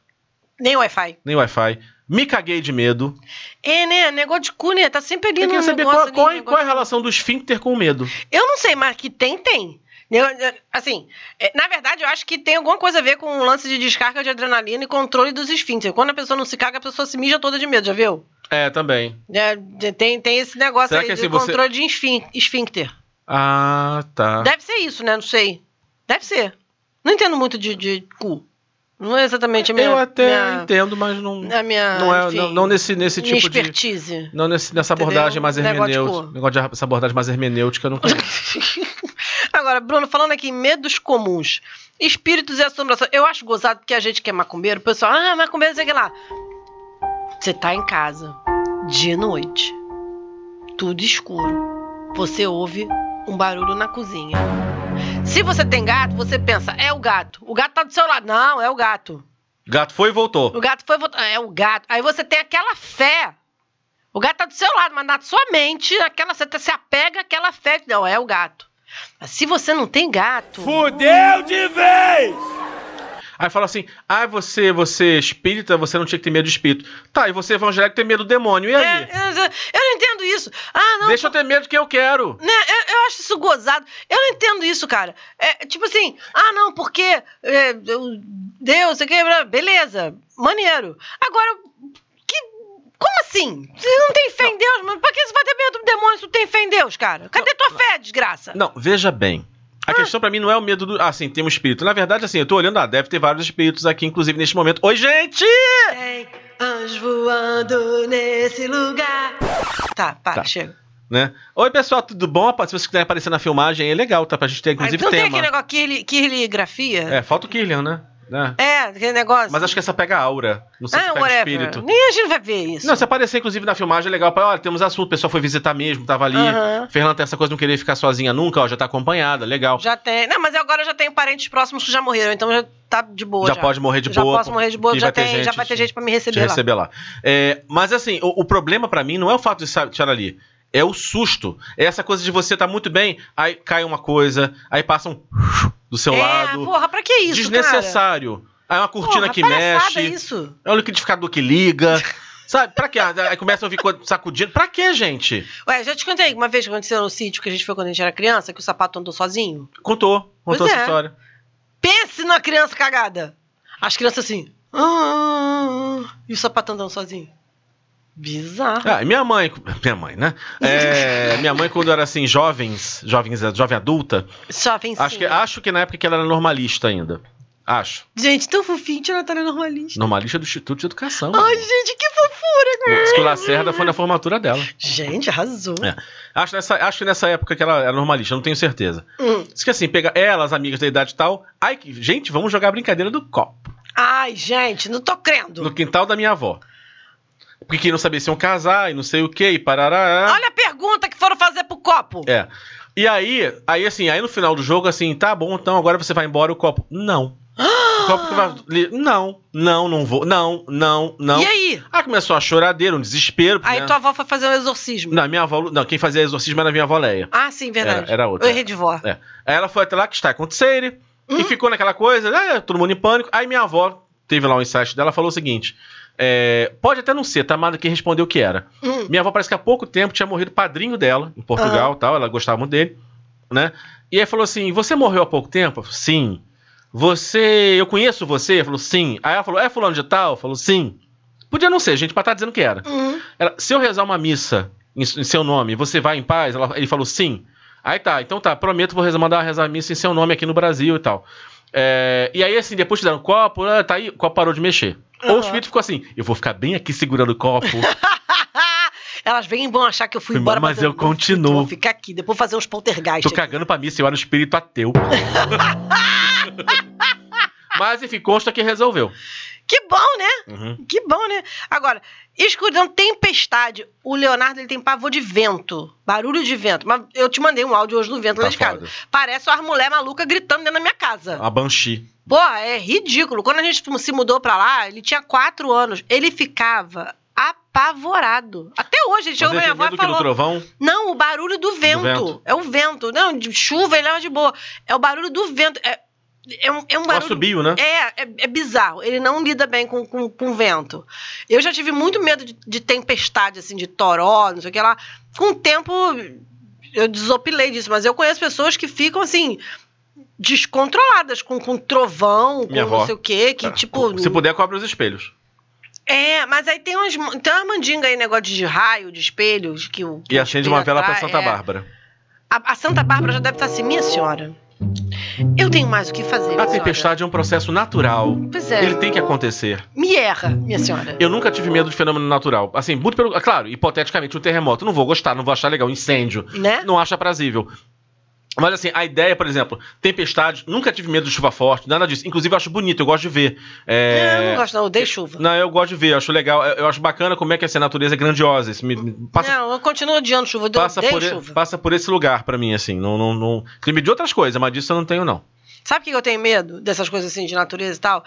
A: Nem Wi-Fi.
B: nem Wi-Fi. Me caguei de medo.
A: É, né? Negócio de cu, né? Tá sempre ali
B: Eu
A: no
B: queria saber
A: negócio
B: qual,
A: ali,
B: qual é-
A: negócio
B: qual é a relação do esfíncter com o medo.
A: Eu não sei, mas que tem, tem. Eu- eu- assim, é, na verdade, eu acho que tem alguma coisa a ver com o lance de descarga de adrenalina e controle dos esfíncteres. Quando a pessoa não se caga, a pessoa se mija toda de medo, já viu?
B: É, também.
A: É, de- tem, tem esse negócio
B: Será
A: aí
B: que
A: de
B: assim, você-
A: controle de esfín- esfíncter.
B: Ah, tá.
A: Deve ser isso, né? Não sei. Deve ser. Não entendo muito de, de cu. Não é exatamente a minha.
B: Eu até
A: minha-
B: entendo, mas não,
A: a minha,
B: não, é,
A: enfim,
B: não, não nesse, nesse
A: minha
B: tipo de.
A: expertise.
B: Não nesse, nessa
A: Entendeu?
B: abordagem mais
A: Negócio de
B: hermenêutica.
A: cu.
B: Negócio de, essa abordagem mais hermenêutica, eu não conheço.
A: Agora, Bruno, falando aqui em medos comuns, espíritos e assombração. Eu acho gozado porque a gente que é macumbeiro, o pessoal, ah, macumbeiro, sei o que lá. Você tá em casa, dia e noite, tudo escuro. Você ouve um barulho na cozinha. Se você tem gato, você pensa, é o gato. O gato tá do seu lado. Não, é o gato.
B: Gato foi e voltou.
A: O gato foi. voltar. É o gato. Aí você tem aquela fé. O gato tá do seu lado, mas na sua mente, aquela, você tá, se apega àquela fé. que Não, é o gato. Mas se você não tem gato.
E: Fudeu de vez!
B: Aí fala assim: ah, você, você espírita, você não tinha que ter medo de espírito. Tá, e você evangélico tem medo do demônio. E
A: É,
B: aí?
A: eu, eu não entendo isso. Ah, não.
B: Deixa eu ter medo que eu quero.
A: Né, eu, eu acho isso gozado. Eu não entendo isso, cara. É, tipo assim, ah, não, porque é, eu- Deus, sei o que, blá, beleza, maneiro. Agora, que, como assim? Você não tem fé em Deus, mano? Pra que você vai ter medo do demônio se tu tem fé em Deus, cara? Cadê tua fé, desgraça?
B: Não, veja bem.
A: Ah.
B: A questão pra mim não é o medo do. Ah, sim, tem um espírito. Na verdade, assim, eu tô olhando, ah, deve ter vários espíritos aqui, inclusive neste momento. Oi, gente!
A: Tem, Anjos voando nesse lugar. Tá, para,
B: Tá.
A: chega.
B: Né? Oi, pessoal, tudo bom? Se vocês quiserem aparecer na filmagem, é legal, tá? Pra gente ter, inclusive,
A: não tem
B: tema.
A: aquele negócio Kirli, Kirligrafia?
B: É, falta o Killian, né? né?
A: É. aquele negócio.
B: Mas acho que essa pega a aura. Não sei se
A: ah,
B: pega
A: whatever.
B: espírito.
A: Nem a gente vai ver isso.
B: Não, se aparecer, inclusive, na filmagem é legal. pra- Olha, temos assunto, o pessoal foi visitar mesmo, tava ali.
A: Aham.
B: Fernanda tem essa coisa de não querer ficar sozinha nunca, ó, já tá acompanhada, legal.
A: Já tem. Não, mas agora eu já tenho parentes próximos que já morreram, então já tá de boa.
B: Já pode morrer de
A: já
B: boa,
A: Já posso morrer de boa,
B: que
A: já,
B: vai ter
A: tem, já
B: gente
A: vai ter gente pra me
B: te
A: receber lá.
B: receber lá. É, mas assim, o, o problema pra mim não é o fato de sa- estar ali. É o susto. É essa coisa de você tá muito bem, aí cai uma coisa, aí passa um do seu
A: é,
B: lado.
A: porra, pra que isso,
B: desnecessário. Aí uma cortina
A: Porra,
B: que
A: palhaçada
B: mexe.
A: isso.
B: É o liquidificador que liga. Sabe, pra quê? Aí começa a ouvir coisa sacudindo. Pra quê, gente?
A: cara? Ué, já te contei uma vez que aconteceu no sítio que a gente foi quando a gente era criança, que o sapato andou sozinho?
B: Contou, contou
A: Pois
B: essa
A: é.
B: história.
A: Pense na criança cagada. As crianças assim. "Ah, ah, ah", e o sapato andando sozinho. Bizarro.
B: Ah, e minha mãe, minha mãe, né? É, minha mãe, quando era assim, jovens, jovens, jovem adulta,
A: Jovem
B: acho que, acho que na época que ela era normalista ainda. Acho.
A: Gente, tão fofinho, tia Natália Normalista.
B: Normalista do Instituto de Educação.
A: Ai, gente, que fofura, cara.
B: Diz que o Lacerda foi na formatura dela.
A: Gente, arrasou.
B: É. Acho, nessa, acho que nessa época que ela era normalista, não tenho certeza.
A: Hum.
B: Diz que assim, pega ela, as amigas da idade e tal. Ai, que- gente, vamos jogar a brincadeira do copo.
A: Ai, gente, não tô crendo.
B: No quintal da minha avó. Porque quem não sabia se iam casar e não sei o que, e parará.
A: Olha a pergunta que foram fazer pro copo.
B: É. E aí, aí assim, aí no final do jogo, assim, tá bom, então agora você vai embora o copo. Não. É, O copo que vai. li- Não, não, não vou. Não, não, não.
A: E aí?
B: Aí começou a choradeira, um desespero.
A: Aí
B: né?
A: tua avó foi fazer um exorcismo.
B: Não, minha avó. Não, quem fazia exorcismo era minha avó Leia.
A: Ah, sim, verdade.
B: Era- era outra.
A: Eu errei de vó.
B: É. Aí ela foi até lá que está acontecendo. E ficou naquela coisa, né, todo mundo em pânico. Aí minha avó teve lá um insight dela falou o seguinte: é, pode até não ser, tá? Mas quem respondeu que era.
A: Hum.
B: Minha avó parece que há pouco tempo tinha morrido o padrinho dela, em Portugal
A: Aham.
B: e tal, ela gostava muito dele, né? E aí falou assim: Você morreu há pouco tempo? Eu falei, Sim. Você. Eu conheço você? Ela falou, sim. Aí ela falou, é fulano de tal? Falou, sim. Podia não ser, gente, mas tá dizendo que era.
A: Uhum.
B: Ela, se eu rezar uma missa em, em seu nome, você vai em paz? Ela- ele falou, sim. Aí tá, então tá, prometo, vou rezar, mandar rezar a missa em seu nome aqui no Brasil e tal. É, e aí, assim, depois te deram um copo, ah, tá aí, o copo parou de mexer. Ou o espírito ficou assim, eu vou ficar bem aqui segurando o copo,
A: Elas vêm e vão achar que eu fui embora
B: mas
A: fazer-
B: eu continuo.
A: Vou ficar aqui, depois vou fazer uns poltergeist.
B: Tô cagando pra missa, eu era um espírito ateu. mas enfim, consta que resolveu.
A: Que bom, né?
B: Uhum.
A: Que bom, né? Agora, escuridão, tempestade. O Leonardo ele tem pavor de vento. Barulho de vento. Mas eu te mandei um áudio hoje do vento lá
B: Tá
A: de casa.
B: foda. Ah.
A: Parece uma mulher maluca gritando dentro da minha casa.
B: A Banshee.
A: Porra, é ridículo. Quando a gente se mudou pra lá, ele tinha quatro anos. Ele ficava apavorado. Até hoje, ele
B: Mas
A: chegou pra
B: ele
A: minha avó
B: tem medo
A: e
B: que no
A: falou... um
B: trovão?
A: Não, o barulho do vento.
B: vento.
A: É o vento. Não, de chuva ele leva de boa. É o barulho do vento. É, é um, é um
B: O
A: barulho.
B: assobio, né?
A: É, é, é bizarro. Ele não lida bem com, com, com vento. Eu já tive muito medo de, de tempestade, assim, de toró, não sei o que lá. Com o tempo, eu desopilei disso, mas eu conheço pessoas que ficam assim. Descontroladas, com, com trovão, com
B: Minha avó. Ah,
A: não sei o quê, que, tipo.
B: Se puder, cobre os espelhos.
A: É, mas aí tem umas. Tem uma mandinga aí, negócio de raio, de espelhos, que o.
B: E acende uma vela pra
A: atrás,
B: Santa
A: é.
B: Bárbara.
A: A, a Santa Bárbara já deve estar assim, minha senhora. Eu tenho mais o que fazer.
B: A
A: minha senhora.
B: tempestade é um processo natural.
A: Pois é.
B: Ele tem que acontecer.
A: Me erra, minha senhora.
B: Eu nunca tive medo de fenômeno natural. Assim, muito pelo. Claro, hipoteticamente, um terremoto. Não vou gostar, não vou achar legal. Incêndio.
A: Né?
B: Não acho aprazível. Mas assim, a ideia, por exemplo, tempestade, nunca tive medo de chuva forte, nada disso. Inclusive, eu acho bonito, eu gosto de ver. É...
A: Eu não gosto, não, eu odeio chuva.
B: Não, eu gosto de ver, eu acho legal. Eu, eu acho bacana como é que essa natureza é grandiosa. Isso me, me passa,
A: não, eu continuo odiando chuva, eu
B: passa,
A: odeio
B: por, e-
A: chuva.
B: passa por esse lugar pra mim, assim. Não, não, não... Crime de outras coisas, mas disso eu não tenho, não.
A: Sabe o que eu tenho medo dessas coisas assim de natureza e tal?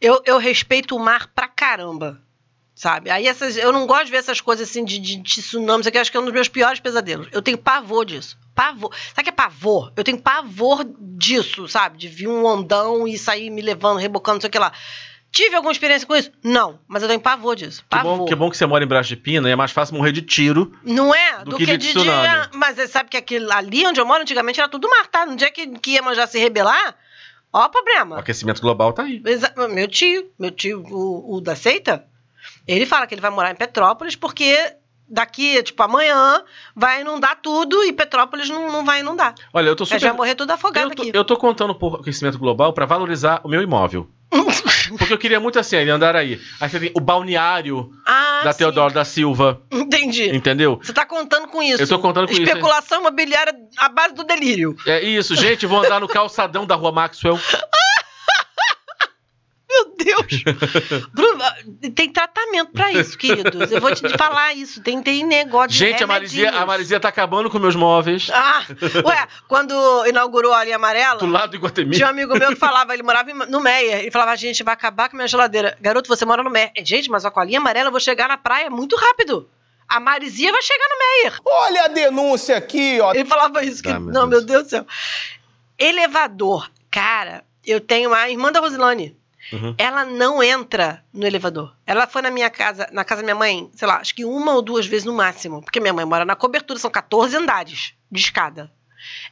A: Eu, eu respeito o mar pra caramba. Sabe? Aí essas, eu não gosto de ver essas coisas assim de, de, de tsunami, isso aqui eu acho que é um dos meus piores pesadelos. Eu tenho pavor disso. Pavor. Sabe o que é pavor? Eu tenho pavor disso, sabe? De vir um ondão e sair me levando, rebocando, não sei o que lá. Tive alguma experiência com isso? Não, mas eu tenho pavor disso.
B: Que
A: Pavor.
B: bom, que bom que você mora em Brás de Pina e é mais fácil morrer de tiro.
A: Não é?
B: Do que de tsunami.
A: Mas você sabe que aquilo, ali onde eu moro antigamente era tudo mar, tá? No dia que, que Iemanjá se rebelar, ó o
B: O
A: problema.
B: aquecimento global tá aí.
A: Exa- Meu tio, meu tio, o, o da seita, ele fala que ele vai morar em Petrópolis porque daqui, tipo, amanhã vai inundar tudo e Petrópolis não, não vai inundar.
B: Olha, eu tô
A: A gente vai
B: super.
A: morrer tudo É, afogado
B: Eu tô,
A: aqui.
B: eu tô contando por aquecimento global pra valorizar o meu imóvel. Porque eu queria muito assim, ele andar aí. Aí você tem o balneário
A: Ah,
B: da
A: sim.
B: Teodoro da Silva.
A: Entendi.
B: Entendeu?
A: Você tá contando com isso.
B: Eu tô contando com isso, hein?
A: Especulação imobiliária à base do delírio.
B: É isso, gente, vou andar no calçadão da rua Maxwell.
A: É Bruno, ah, tem tratamento pra isso, queridos. Eu vou te falar isso. Tem, tem negócio de
B: Gente, a Marizia, a
A: remedinhos.
B: Marizia tá acabando com meus móveis.
A: Ah, ué, quando inaugurou a linha amarela,
B: Do lado do Iguatemi.
A: tinha um amigo meu que falava, ele morava em- no Meia, e falava, gente, vai acabar com a minha geladeira. Garoto, você mora no Meia. Gente, mas ó, com a linha amarela eu vou chegar na praia muito rápido. A Marizia vai chegar no Meyer.
L: Olha a denúncia aqui, ó.
A: Ele falava isso. Que,
L: Ah, meu
A: não, meu Deus do céu. Elevador. Cara, eu tenho a irmã da Rosilane. Ela não entra no elevador. Ela foi na minha casa, na casa da minha mãe, sei lá, acho que uma ou duas vezes no máximo. Porque minha mãe mora na cobertura, são 14 andares de escada.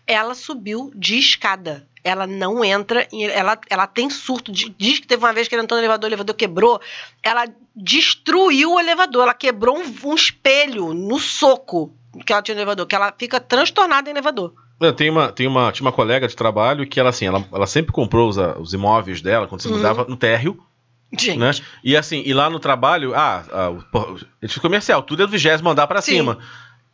A: Ela subiu de escada. Ela não entra, em- ela, ela tem surto. de- Diz que teve uma vez que ela entrou no elevador, o elevador quebrou. Ela destruiu o elevador, ela quebrou um, um espelho no soco que ela tinha no elevador, que ela fica transtornada em elevador.
B: Eu tenho uma, tenho uma, tinha uma colega de trabalho que ela assim, ela, ela sempre comprou os, os imóveis dela quando se
A: Uhum.
B: mudava no térreo.
A: Gente.
B: Né? E assim, e lá no trabalho, ah, ah o- pô, edifício comercial, tudo é do vigésimo andar pra
A: Sim.
B: cima.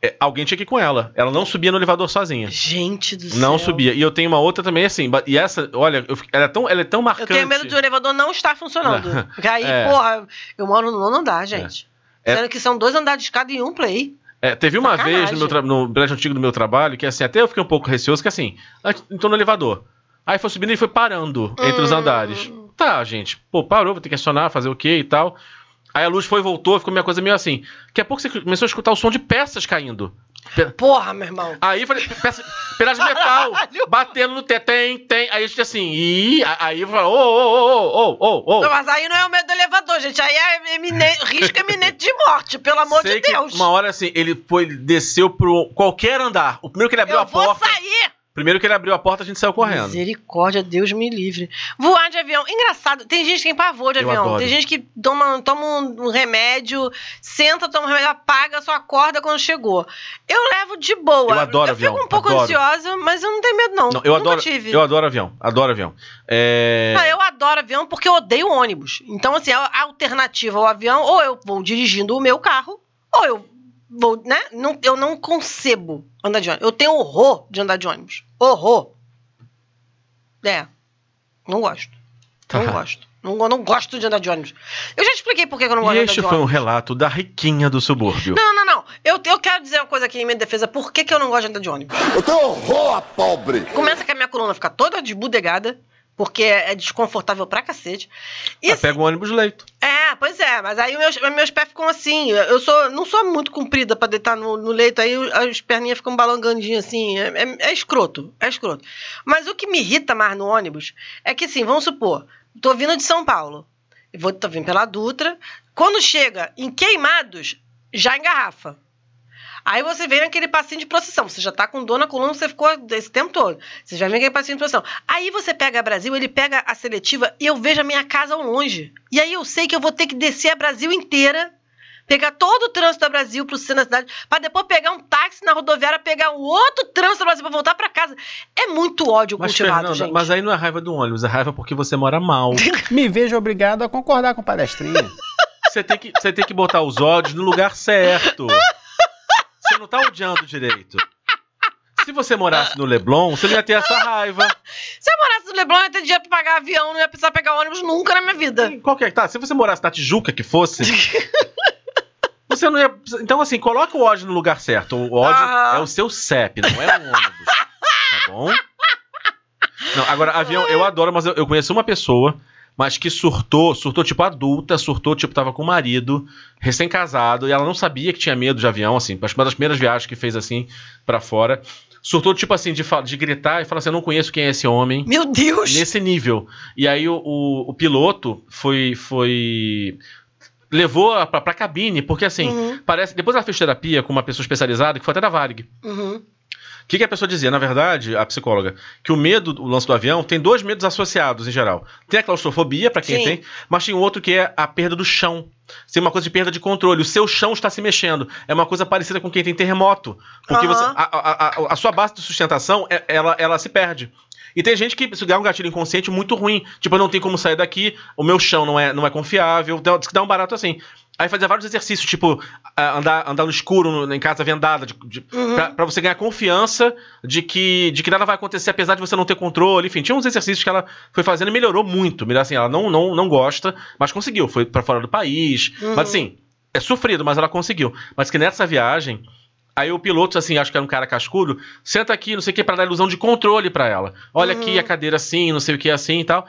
B: É, alguém tinha que ir com ela. Ela não subia no elevador sozinha.
A: Gente do
B: Não
A: céu.
B: subia. E eu tenho uma outra também, assim, ba- e essa, olha, eu fi- ela, é tão, ela é tão
A: Eu
B: marcante.
A: tenho medo de o elevador não estar funcionando.
B: Não.
A: Porque aí,
B: É.
A: porra, eu moro no nono andar, gente.
B: É.
A: Sendo que são dois andares de escada e um play.
B: É, teve uma
A: Sacanagem.
B: vez no, meu tra- no prédio antigo do meu trabalho que assim, até eu fiquei um pouco receoso, que assim, antes- entrou no elevador. Aí foi subindo e foi parando entre
A: Ah.
B: os andares. Tá, gente, pô, parou, vou ter que acionar, fazer o quê e tal. Aí a luz foi, voltou, ficou minha coisa meio assim. Daqui a pouco você começou a escutar o som de peças caindo. Pe-
A: Porra, meu irmão.
B: Aí eu falei, peça, pedaço de metal, batendo no teto, tem, tem. Aí a gente assim, e aí eu falei, ô, ô, ô, ô, ô, ô, ô.
A: Não, mas aí não é o medo do elevador, gente. Aí é emine- risco iminente de morte, pelo amor
B: Sei
A: de
B: que
A: Deus.
B: Uma hora assim, ele foi, ele desceu pro qualquer andar. O primeiro que ele abriu
A: Eu
B: a
A: vou
B: porta.
A: sair!
B: Primeiro que ele abriu a porta, a gente saiu correndo.
A: Misericórdia, Deus me livre. Voar de avião. Engraçado, tem gente que tem pavor de
B: Eu
A: avião.
B: adoro.
A: Tem gente que toma, toma um, um remédio, senta, toma um remédio, apaga, só acorda quando chegou. Eu levo de boa.
B: Eu adoro
A: eu
B: avião,
A: fico um pouco
B: adoro.
A: ansiosa, mas eu não tenho medo, não.
B: Não, eu
A: Nunca
B: adoro,
A: tive. Ah,
B: eu adoro avião, adoro avião. É,
A: Não, eu adoro avião porque eu odeio ônibus. Então, assim, a a alternativa ao avião, ou eu vou dirigindo o meu carro, ou eu vou, né? Não- eu não concebo andar de ônibus. Eu tenho horror de andar de ônibus. Horror. É. Não gosto.
B: Tá.
A: Não gosto. Não, go- não gosto de andar de ônibus. Eu já te expliquei por que eu não gosto
B: E
A: de andar de
B: este foi um
A: ônibus.
B: relato da riquinha do subúrbio.
A: Não, não, não. Eu, eu quero dizer uma coisa aqui em minha defesa. Por que, que eu não gosto de andar de ônibus?
K: Eu tenho horror a pobre.
A: Começa que a minha coluna fica toda desbudegada, porque é é desconfortável pra cacete.
B: Ah,
A: assim,
B: Pega um ônibus leito.
A: É, pois é, mas aí meus, meus pés ficam assim. Eu sou, não sou muito comprida pra deitar no, no leito, aí o- as perninhas ficam balangandinhas assim. É, é- é escroto, é escroto. Mas o que me irrita mais no ônibus é que, assim, vamos supor, tô vindo de São Paulo, vou, tô vindo pela Dutra, quando chega em Queimados, já engarrafa. Aí você vem naquele passinho de procissão. Você já tá com dor na coluna, você ficou esse tempo todo. Você já vem aquele passinho de procissão. Aí você pega a Brasil, ele pega a seletiva e eu vejo a minha casa ao longe. E aí eu sei que eu vou ter que descer a Brasil inteira, pegar todo o trânsito da Brasil pro centro da cidade, pra depois pegar um táxi na rodoviária, pegar o outro trânsito da Brasil pra voltar pra casa. É muito ódio
B: Mas,
A: cultivado,
B: Fernanda,
A: gente.
B: mas aí não é raiva do ônibus, é raiva porque você mora mal.
M: Me vejo obrigado a concordar com o palestrinha.
B: Você tem que, você tem que botar os ódios no lugar certo. Você não tá odiando direito. Se você morasse no Leblon, você não ia ter essa raiva.
A: Se eu morasse no Leblon, eu ia ter dinheiro pra pagar avião, não ia precisar pegar ônibus nunca na minha vida.
B: Qual que é? Tá, se você morasse na Tijuca que fosse. Você não ia. Então, assim, coloca o ódio no lugar certo. O ódio
A: Ah.
B: é o seu CEP, não é o ônibus. Tá bom? Não, agora, avião, eu adoro, mas eu, eu conheço uma pessoa, mas que surtou, surtou tipo adulta, surtou tipo tava com o marido, recém-casado, e ela não sabia que tinha medo de avião, assim, acho que uma das primeiras viagens que fez assim pra fora. Surtou tipo assim, de, fa- de gritar e falar assim: eu não conheço quem é esse homem.
A: Meu Deus!
B: Nesse nível. E aí o, o, o piloto foi. foi levou a- pra, pra cabine, porque assim,
A: Uhum.
B: parece. Depois ela fez terapia com uma pessoa especializada, que foi até da Varig.
A: Uhum.
B: O que, que a pessoa dizia? Na verdade, a psicóloga, que o medo, o lance do avião, tem dois medos associados em geral. Tem a claustrofobia, pra quem
A: Sim.
B: tem, mas tem um outro que é a perda do chão. Tem uma coisa de perda de controle. O seu chão está se mexendo. É uma coisa parecida com quem tem terremoto. Porque
A: Aham.
B: você- a, a- a- a sua base de sustentação, é- ela, ela se perde. E tem gente que isso dá um gatilho inconsciente muito ruim. Tipo, eu não tenho como sair daqui, o meu chão não é, não é confiável. Dá, diz que dá um barato assim. Aí fazia vários exercícios, tipo, ah, andar, andar no escuro, no- em casa vendada, de, de- pra, pra você ganhar confiança de que, de que nada vai acontecer, apesar de você não ter controle. Enfim, tinha uns exercícios que ela foi fazendo e melhorou muito. Melhor assim, ela não, não, não gosta, mas conseguiu. Foi pra fora do país.
N: Uhum.
B: Mas assim, é sofrido, mas ela conseguiu. Mas que nessa viagem, aí o piloto, assim, acho que era um cara cascudo, senta aqui, não sei o que, pra dar ilusão de controle pra ela. Olha
A: Uhum.
B: aqui a cadeira assim, não sei o que assim e tal.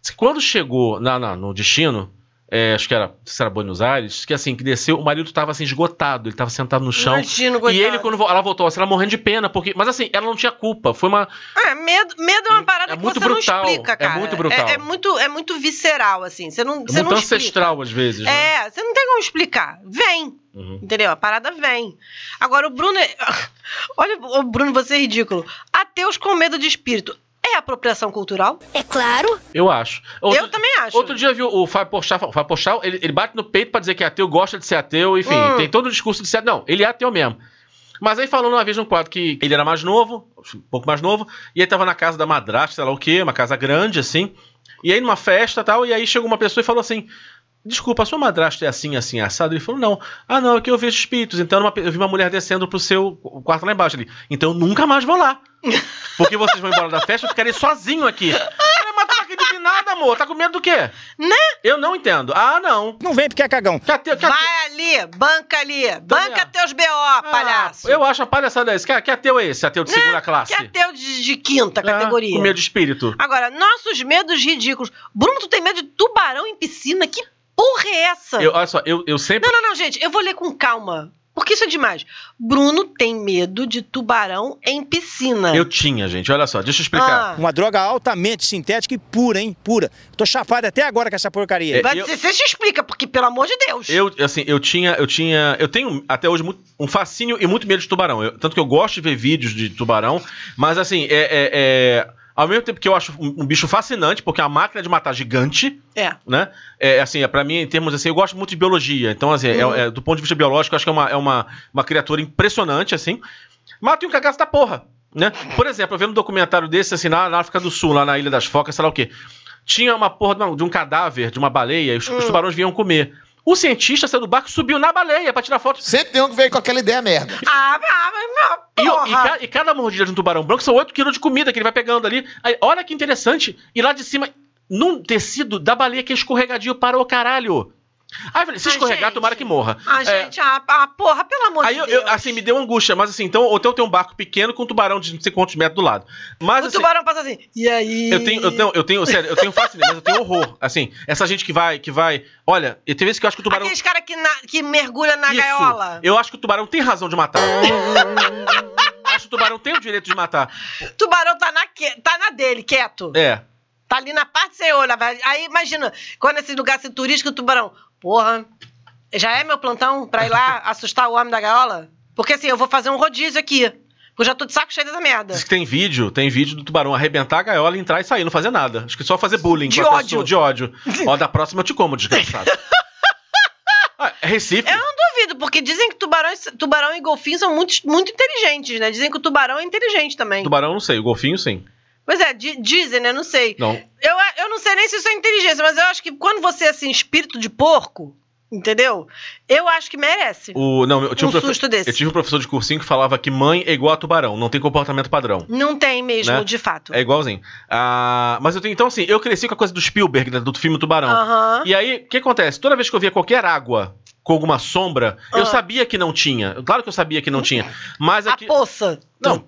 B: Diz que Quando chegou na, na- no destino, é, acho que era, se era Buenos Aires, que assim, que desceu, o marido tava assim, esgotado, ele tava sentado no chão.
A: Imagino,
B: e ele, quando vo- ela voltou, assim, ela morrendo de pena, porque. Mas assim, ela não tinha culpa. Foi uma.
A: É, medo, medo é uma parada
B: É muito
A: que você
B: brutal,
A: não explica,
B: é
A: cara.
B: muito brutal.
A: É, é muito, é muito visceral, assim. Você não, você
B: muito
A: não explica.
B: ancestral, às vezes, né? Uhum.
A: É, você não tem como explicar. Vem. Entendeu? A parada vem. Agora, o Bruno. é- Olha, o Bruno, você é ridículo. Ateus com medo de espírito. É apropriação cultural? É claro.
B: Eu acho.
A: eu também acho.
B: Outro dia eu vi o Fábio Porchat, o Fábio Porchat, ele, ele bate no peito pra dizer que é ateu, gosta de ser ateu, enfim,
A: Hum.
B: tem todo o discurso de ser ateu. Não, ele é ateu mesmo. Mas aí falando uma vez num quadro que ele era mais novo, um pouco mais novo, e aí tava na casa da madrasta, sei lá o quê, uma casa grande, assim, e aí numa festa e tal, e aí chegou uma pessoa e falou assim, desculpa, a sua madrasta é assim, assim, assado? Ele falou, não. Ah, não, é que eu vejo espíritos, então uma pe- eu vi uma mulher descendo pro seu quarto lá embaixo ali. Então eu nunca mais vou lá. Porque vocês vão embora da festa, eu ficarei sozinho aqui. Mas tu não acredita em nada, amor. Tá com medo do quê?
A: Né?
B: Eu não entendo. Ah, não.
M: Não vem porque é cagão.
A: Vai ali, banca ali. banca teus BO, palhaço.
B: Ah, Eu acho a palhaçada dessa. Que, que ateu é esse? Ateu de segunda classe?
A: Que ateu de, de quinta categoria.
B: Ah, Com medo de espírito.
A: Agora, nossos medos ridículos. Bruno, tu tem medo de tubarão em piscina? Que porra é essa?
B: Eu, olha só, eu, eu sempre...
A: Não, não, não, gente, eu vou ler com calma. Porque isso é demais. Bruno tem medo de tubarão em piscina.
B: Eu tinha, gente. Olha só, deixa eu
A: Ah.
B: explicar.
O: Uma droga altamente sintética e pura, hein? Pura. Tô chapado até agora com essa porcaria.
A: Vai, você, você se explica, porque, pelo amor de Deus.
B: Eu, assim, eu tinha, eu tinha, eu tenho até hoje muito- um fascínio e muito medo de tubarão. Eu- tanto que eu gosto de ver vídeos de tubarão, mas assim, é, é- é- ao mesmo tempo que eu acho um, um bicho fascinante, porque é uma máquina de matar gigante,
A: É.
B: né? É, assim, é, pra mim, em termos assim, eu gosto muito de biologia. Então, assim, é-
A: Uhum.
B: é, do ponto de vista biológico, eu acho que é uma, é uma, uma criatura impressionante, assim. Mas tem um cagaço da porra, né? Por exemplo, eu vi um documentário desse, assim, na, na África do Sul, lá na Ilha das Focas, sei lá o quê. Tinha uma porra de, uma- de um cadáver, de uma baleia, e os, os tubarões vinham comer. O cientista saiu do barco e subiu na baleia pra tirar foto.
P: Sempre tem um que veio com aquela ideia merda.
A: Ah, ah, mas
B: E, e ca- e cada mordida de um tubarão branco são 8 quilos de comida que ele vai pegando ali. Aí, olha que interessante. E lá de cima, num tecido da baleia que é escorregadinho para o caralho. Aí eu falei, se escorregar, tomara que morra.
A: Ah,
B: É,
A: gente, ah, ah, porra, pelo amor
B: Aí
A: de
B: eu,
A: Deus.
B: eu- assim, me deu angústia, mas assim, então, ou então eu tenho um barco pequeno com um tubarão de não sei quantos metros do lado. Mas,
A: o
B: assim,
A: tubarão passa assim. E aí?
B: eu tenho, eu tenho, eu tenho, sério, eu tenho fascínio, mas eu tenho horror. Assim, essa gente que vai, que vai. Olha, e tem vezes que eu acho que o tubarão.
A: Aqueles caras que, na- que mergulha na gaiola.
B: Eu acho que o tubarão tem razão de matar. acho que o tubarão tem o direito de matar.
A: Tubarão tá na, que- tá na dele, quieto.
B: É.
A: Tá ali na parte sem olho. vai- Aí imagina, quando esse lugar assim, turístico, o tubarão. Porra, já é meu plantão pra ir lá assustar o homem da gaiola? Porque assim, eu vou fazer um rodízio aqui. Porque eu já tô de saco cheio dessa merda.
B: Diz que tem vídeo, tem vídeo do tubarão arrebentar a gaiola, entrar e sair, não fazer nada. Acho que só fazer bullying
A: De
B: com a
A: ódio.
B: pessoa, de ódio. Ó, da próxima eu te como, desgraçado. Ah, Recife?
A: Eu não duvido, porque dizem que tubarões, tubarão e golfinho são muito, muito inteligentes, né? Dizem que o tubarão é inteligente também.
B: Tubarão, não sei. O golfinho, sim.
A: Pois é, di- dizem, né? Não sei.
B: Não.
A: Eu, eu não sei nem se isso é inteligência, mas eu acho que quando você é assim, espírito de porco, entendeu? Eu acho que merece.
B: O, não, eu tive
A: Um
B: profe-
A: susto desse.
B: Eu tive um professor de cursinho que falava que mãe é igual a tubarão, não tem comportamento padrão.
A: Não tem mesmo,
B: né?
A: de fato.
B: É igualzinho. Ah, mas eu tenho, então assim, eu cresci com a coisa do Spielberg, né, do filme Tubarão.
A: Aham.
B: E aí, o que acontece? Toda vez que eu via qualquer água com alguma sombra,
A: Ah.
B: eu sabia que não tinha. Claro que eu sabia que não tinha. Mas aqui... A
A: poça.
B: Não, não, por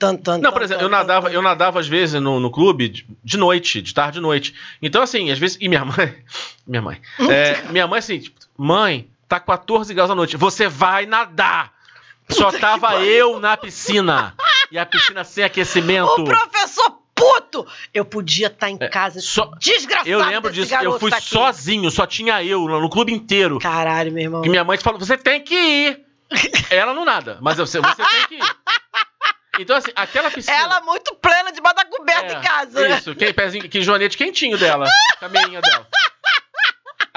A: tum,
B: exemplo,
A: então.
B: eu nadava, eu nadava às vezes no, no clube de- de noite, de tarde e noite. Então, assim, às vezes. E minha mãe. Minha mãe.
A: Hum?
B: É, minha mãe, assim, tipo, mãe, tá 14 graus à noite. Você vai nadar! Só
A: Puta que
B: tava
A: pariu.
B: eu na piscina. E a piscina sem
A: O
B: aquecimento.
A: professor puto! Eu podia estar em casa. Desgraçado!
B: É. Eu lembro
A: desse
B: disso.
A: garoto
B: Eu fui
A: tá aqui.
B: sozinho, só tinha eu no, no clube inteiro.
A: Caralho, meu irmão.
B: E minha mãe falou: você tem que ir. Ela não nada, mas você, você tem que ir. Então, assim, aquela piscina.
A: Ela muito plena de da
B: É.
A: coberta em casa. né?
B: Isso, que, pezinho, que joanete quentinho dela. Camelinha dela.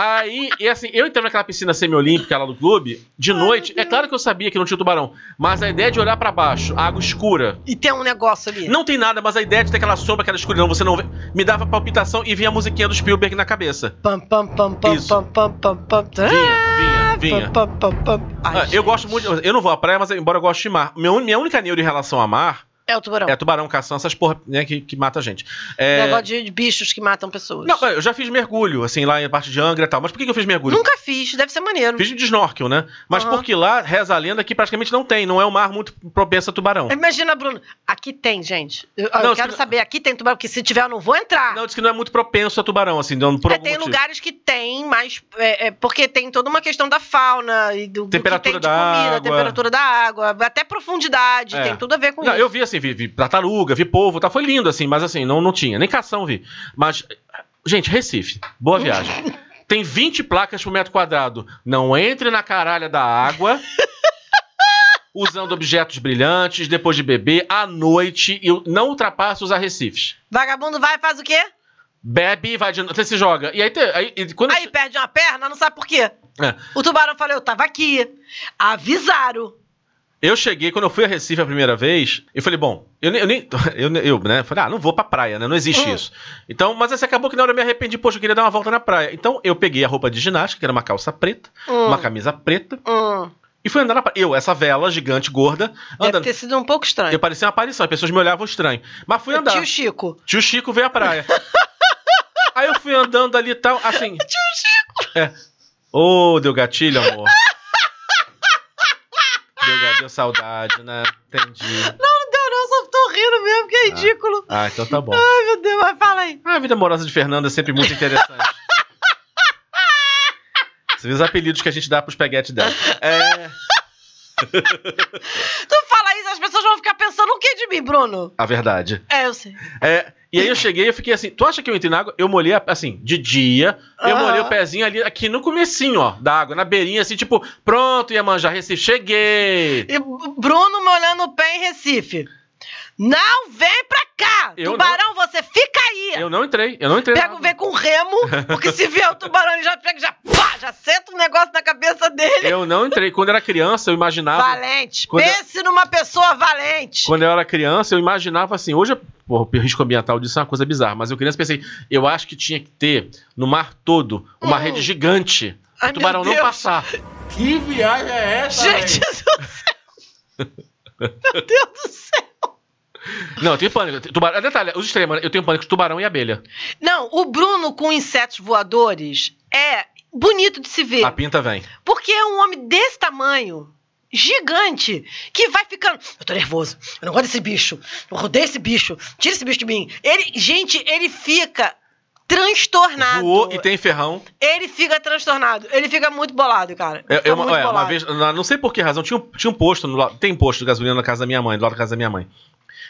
B: Aí, e assim, eu entrei naquela piscina semiolímpica lá do clube, de noite, é claro que eu sabia que não tinha tubarão, mas a ideia de olhar pra baixo, água escura.
A: E tem um negócio ali.
B: Não tem nada, mas a ideia de ter aquela sombra, aquela escuridão, você não vê, me dava palpitação e vinha a musiquinha do Spielberg na cabeça.
A: Pam, pam, pam, pam, pam, pam, pam, pam. Ah,
B: Vinha, vinha, vinha.
A: Pam, pam, pam, pam. Ai,
B: Ah, eu gosto muito, eu não vou à praia, mas embora eu goste de mar. Meu, minha única neura em relação a mar
A: É o tubarão.
B: é tubarão caçando essas porra né, que, que mata a gente. É,
A: Negócio de, de bichos que matam pessoas.
B: Não, é eu já fiz mergulho, assim, lá em parte de Angra e tal. Mas por que que eu fiz mergulho?
A: Nunca fiz, deve ser maneiro.
B: Fiz de snorkel, né? Mas
A: Aham.
B: porque lá reza a lenda que praticamente não tem, não é um mar muito propenso a tubarão.
A: Imagina, Bruno. Aqui tem, gente. Eu, eu
B: Não,
A: quero
B: se-
A: saber, aqui tem tubarão, porque se tiver eu não vou entrar.
B: Não, diz que não é muito propenso a tubarão, assim, não, por
A: É,
B: algum
A: tem
B: motivo.
A: lugares que tem, mas. é, é, porque tem toda uma questão da fauna e do, do
B: Temperatura
A: que tem de
B: da
A: comida,
B: água.
A: temperatura da água, até profundidade,
B: É.
A: tem tudo a ver com
B: Não,
A: isso.
B: eu vi assim, vi, vi tartaruga, vi polvo, tá, foi lindo assim, mas assim, não, não tinha, nem cação vi. Mas, gente, Recife, boa viagem. Tem 20 placas por metro quadrado. Não entre na caralha da água. Usando objetos brilhantes, depois de beber, à noite, e não ultrapasse os arrecifes.
A: Vagabundo vai e faz o quê?
B: Bebe e vai de Você se joga. E aí, te- aí, e quando.
A: Aí perde uma perna, não sabe por quê.
B: É.
A: O tubarão falou, eu tava aqui. Avisaram.
B: Eu cheguei, quando eu fui a Recife a primeira vez, eu falei, bom, eu nem. Eu, nem- eu, eu, né? Falei, ah, não vou pra praia, né? Não existe
A: Uhum.
B: isso. Então, mas assim, acabou que na hora eu me arrependi, poxa, eu queria dar uma volta na praia. Então, eu peguei a roupa de ginástica, que era uma calça preta,
A: Hum.
B: uma camisa preta,
A: Hum.
B: e fui andar na praia. Eu, essa vela gigante, gorda,
A: Deve
B: andando.
A: ter sido um pouco estranho.
B: Eu parecia uma aparição, as pessoas me olhavam estranho. Mas fui andar.
A: Tio Chico.
B: Tio Chico veio à praia. Aí eu fui andando ali e tal, assim.
A: Tio Chico.
B: É. Ô, deu gatilho, amor. deu, ga- deu saudade, né? Entendi.
A: Não, não deu não, só tô rindo mesmo, que é ridículo.
B: Ah, então tá bom. Ah,
A: Ai, meu Deus, mas fala aí.
B: A vida amorosa de Fernanda é sempre muito interessante. Você vê os apelidos que a gente dá pros peguetes dela. É,
A: Tu fala isso, as pessoas vão ficar pensando o que de mim, Bruno?
B: a verdade.
A: É, eu sei.
B: É, e aí eu cheguei e eu fiquei assim, tu acha que eu entrei na água? Eu molhei, a- assim, de dia, eu
A: Aham.
B: molhei o pezinho ali, aqui no comecinho, ó, da água, na beirinha, assim, tipo, pronto, ia manjar, Recife, cheguei!
A: E Bruno me olhando o pé em Recife. Não vem pra cá!
B: Eu
A: tubarão, você fica aí!
B: Eu não entrei, eu não entrei na
A: Pega o ver com remo, porque se vier o tubarão, ele já pega, já pá, já senta um negócio na cabeça dele.
B: Eu não entrei. Quando eu era criança, eu imaginava.
A: Valente.
B: Quando eu-
A: Pense numa pessoa valente.
B: Quando eu era criança, eu imaginava assim. Hoje, porra, o risco ambiental disso é uma coisa bizarra, mas eu criança pensei, eu acho que tinha que ter no mar todo uma rede gigante.
A: Hum. Ai,
B: o tubarão
A: meu
B: não
A: Deus.
B: passar.
I: Que viagem é essa?
A: Gente, meu Deus do céu.
B: Não, eu tenho pânico. Tubarão, detalhe, os extremos, eu tenho pânico de tubarão e abelha.
A: Não, o Bruno com insetos voadores é bonito de se ver.
B: A pinta vem.
A: Porque é um homem desse tamanho, gigante, que vai ficando. Eu tô nervoso, eu não gosto desse bicho, eu odeio esse bicho, tira esse bicho de mim. Ele, gente, ele fica transtornado.
B: Voou e tem ferrão.
A: Ele fica transtornado, ele fica muito bolado, cara.
B: É,
A: Fica
B: é uma,
A: Tá muito
B: é, uma
A: bolado.
B: vez, na- não sei por que razão, tinha um, tinha um posto, no, la- tem posto de gasolina na casa da minha mãe, do lado da casa da minha mãe.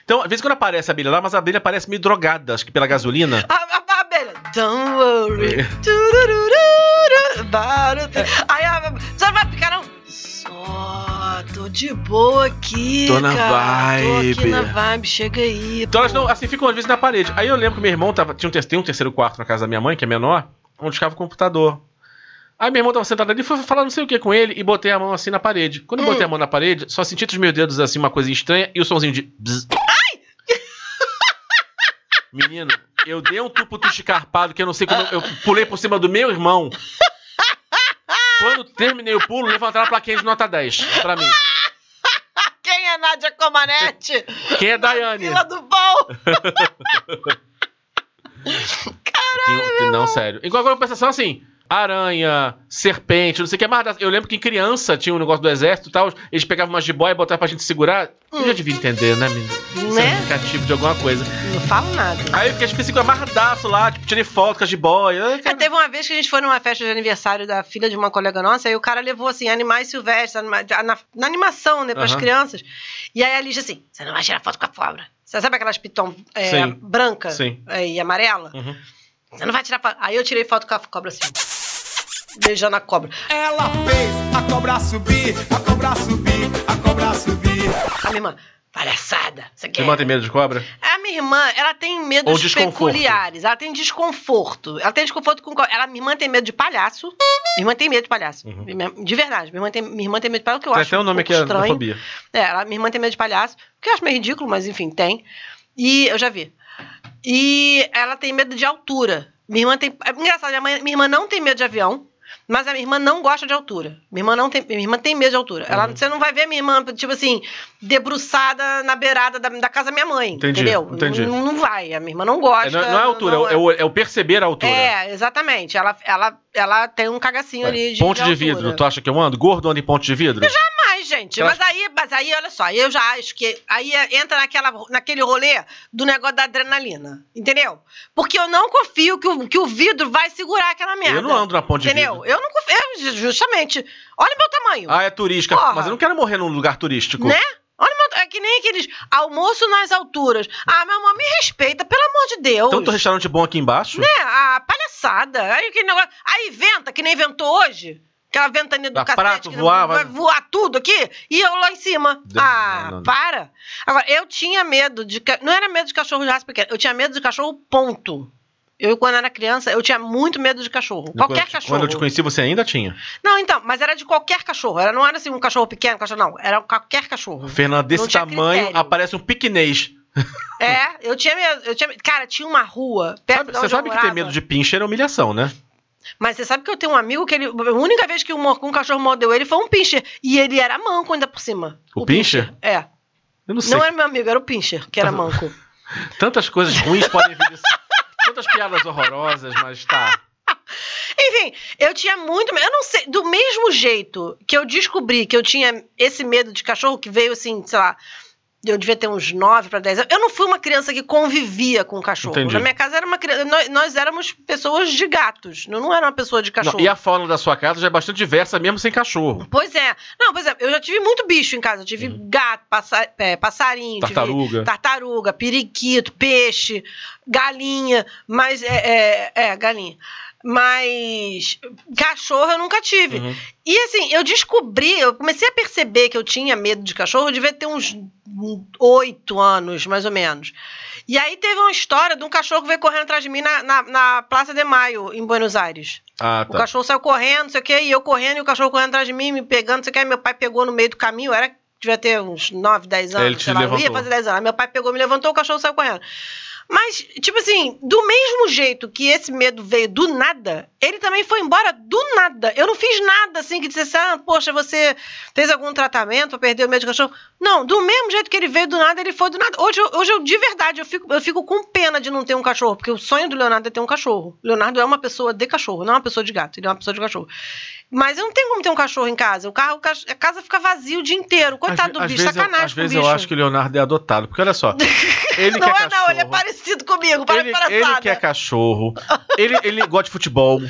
B: Então, às vezes quando aparece a abelha lá, mas a abelha aparece meio drogada, acho que pela gasolina.
A: A, a- a abelha. Don't worry. turururu, about
B: É.
A: it. Aí a. Você vai ficar, não? Só. Tô de boa aqui.
B: Tô na
A: cara. Tô aqui
B: vibe.
A: na vibe. Chega aí.
B: Então
A: pô.
B: elas não, assim, ficam às vezes na parede. Aí eu lembro que meu irmão tava, tinha um, ter- tem um terceiro quarto na casa da minha mãe, que é menor, onde ficava o computador. Aí meu irmão tava sentado ali, foi falar não sei o que com ele e botei a mão assim na parede. Quando eu botei a mão na parede, só senti dos meus dedos assim uma coisa estranha e o sonzinho de. bzz. Menino, eu dei um tuputuxo escarpado que eu não sei como. Eu, eu pulei por cima do meu irmão. Quando terminei o pulo, levantaram a plaquinha de nota 10 pra mim.
A: Quem é Nádia Comanete?
B: Quem é Daiane?
A: Vila do Bom.
B: Tem- tem- um, não, sério. Igual agora compensação assim. Aranha, serpente, não sei o que é mais. da- Eu lembro que em criança tinha um negócio do exército e tal. Eles pegavam uma jiboia e botavam pra gente segurar. Eu já devia entender, né, menino? Isso
A: Né?
B: é indicativo de alguma coisa.
A: Não falo nada.
B: Aí eu fiquei tipo, assim, com amarradaço lá, tipo, tirei foto com a jiboia. Ai,
A: Ah, Teve uma vez que a gente foi numa festa de aniversário da filha de uma colega nossa, e o cara levou assim, animais silvestres, anima- na, na animação, né, pras
F: Aham.
A: crianças. E aí a Lígia assim, você não vai tirar foto com a cobra. Você sabe aquelas piton é,
F: Sim.
A: branca
F: Sim. Uhum.
A: é, e amarela? Você não vai tirar foto. Aí eu tirei foto com a cobra assim. Beijando a cobra.
N: Ela fez a cobra subir, a cobra subir, a cobra subir.
A: A "Ah, minha irmã, palhaçada. Você
B: Você
A: quer?
B: mantém medo de cobra?
A: A minha minha irmã, ela tem
B: Ou
A: medos
B: desconforto.
A: peculiares. Ela tem desconforto. Ela tem desconforto com. co- Ela, minha irmã tem medo de palhaço. Minha irmã tem medo de palhaço. Minha- De verdade. Minha irmã tem, minha irmã tem medo de palhaço, que eu
B: Uhum. Tem
A: acho.
B: até o nome
A: um pouco
B: aqui, é
A: estranho.
B: fobia.
A: É, ela, minha irmã tem medo de palhaço, que eu acho meio ridículo, mas enfim, tem. E eu já vi. E ela tem medo de altura. Minha irmã tem. É engraçado, minha, mãe- minha irmã não tem medo de avião, mas a minha irmã não gosta de altura. Minha irmã não tem, minha irmã tem medo de altura. Ela,
B: Uhum.
A: Você não vai ver a minha irmã, tipo assim, debruçada na beirada da, da casa da minha mãe.
B: Entendi,
A: entendeu?
B: entendi.
A: Não, não vai. A minha irmã não gosta.
B: É, não, não é a altura,
A: não
B: é, o, é o perceber a altura.
A: É, exatamente. Ela, ela, ela tem um cagacinho ali de.
B: É, ponte de,
A: altura.
B: vidro, tu acha que eu ando? Gordo anda em ponte de vidro?
A: Eu jamais, gente.
B: Ela-
A: Mas aí, mas aí, olha só, eu já acho que aí entra naquela, naquele rolê do negócio da adrenalina. Entendeu? Porque eu não confio que o, que o vidro vai segurar aquela merda.
B: Eu não ando na ponte de
A: Entendeu? Eu não confio. eu, justamente. Olha o meu tamanho.
B: Ah, é turística.
A: Porra.
B: Mas eu não quero morrer num lugar turístico.
A: Né? Olha, o meu, é que nem aqueles almoço nas alturas. Ah, meu amor, me respeita, pelo amor de Deus.
B: Tanto um restaurante bom aqui embaixo.
A: Né? Ah, palhaçada. Aí, que negócio... aí venta, que nem ventou hoje. Aquela ventania do
B: Dá
A: cacete
B: prato,
A: que
B: voar,
A: vai
B: vai-
A: voar tudo aqui. E eu lá em cima.
B: Deus,
A: ah,
B: não, não, não.
A: para. Agora, eu tinha medo de... ca- Não era medo de cachorro de raça pequena. Eu tinha medo de cachorro ponto. Eu, quando era criança, eu tinha muito medo de cachorro. Qualquer
B: quando, eu te-
A: cachorro.
B: Quando eu te conheci, você ainda tinha.
A: Não, então, mas era de qualquer cachorro. Era, não era assim um cachorro pequeno, cachorro, não. Era qualquer cachorro.
B: Fernanda,
A: Não
B: desse
A: tinha
B: tamanho,
A: critério.
B: aparece um piquenês.
A: É, eu tinha medo. Eu tinha, cara, tinha uma rua perto da onde
B: Você
A: eu
B: sabe que
A: morava.
B: ter medo de pincher é humilhação, né?
A: Mas você sabe que eu tenho um amigo que ele. A única vez que um, mor- um cachorro mordeu ele foi um pincher. E ele era manco ainda por cima.
B: O, pincher?
A: É.
B: Eu não sei. Tá
A: era meu amigo, era o pincher, que era manco.
B: Tantas coisas ruins podem vir disso. Tantas piadas horrorosas, mas tá.
A: Enfim, eu tinha muito. medo. Eu não sei. Do mesmo jeito que eu descobri que eu tinha esse medo de cachorro que veio assim, sei lá. Eu devia ter uns 9 para 10 anos. Eu não fui uma criança que convivia com cachorro.
B: Entendi.
A: Na minha casa era uma criança. Nós, nós éramos pessoas de gatos. Eu não era uma pessoa de cachorro.
B: Não, e a fauna da sua casa já é bastante diversa, mesmo sem cachorro.
A: Pois é. Não, por exemplo, eu já tive muito bicho em casa. Eu tive gato, passa- é, passarinho, tive
B: Tartaruga.
A: tartaruga, periquito, peixe, galinha, mas é, é, é, galinha. Mas cachorro eu nunca tive. E assim, eu descobri, eu comecei a perceber que eu tinha medo de cachorro, eu devia ter uns oito anos, mais ou menos. E aí teve uma história de um cachorro que veio correndo atrás de mim na, na, na Praça de Maio, em Buenos Aires.
B: Ah,
A: O
B: tá.
A: cachorro saiu correndo, não sei o quê, e eu correndo, e o cachorro correndo atrás de mim, me pegando, não sei o quê. Aí Meu pai pegou no meio do caminho, eu era devia ter uns 9, 10 anos,
B: Aí ele te
A: sei lá, eu ia
B: levantou.
A: fazer 10 anos. Aí Meu pai pegou, me levantou, o cachorro saiu correndo. Mas, tipo assim, do mesmo jeito que esse medo veio do nada, ele também foi embora do nada. Eu não fiz nada assim que dissesse, ah, poxa, você fez algum tratamento pra perder o medo de cachorro. Não, do mesmo jeito que ele veio do nada, ele foi do nada. Hoje, eu- hoje eu, de verdade, eu fico, eu fico com pena de não ter um cachorro, porque o sonho do Leonardo é ter um cachorro. O Leonardo é uma pessoa de cachorro, não é uma pessoa de gato, ele é uma pessoa de cachorro. Mas eu não tenho como ter um cachorro em casa. O carro, o ca- a casa fica vazia o dia inteiro. Coitado do
B: Às
A: bicho,
B: vezes eu-
A: sacanagem
B: Às
A: com o
B: vezes
A: bicho.
B: eu acho que o Leonardo é adotado, porque olha só. Ele
A: não
B: quer
A: é, não, ele é
B: cachorro.
A: parecido comigo, para
B: ele,
A: palhaçada.
B: ele quer cachorro. Ele, ele gosta de futebol.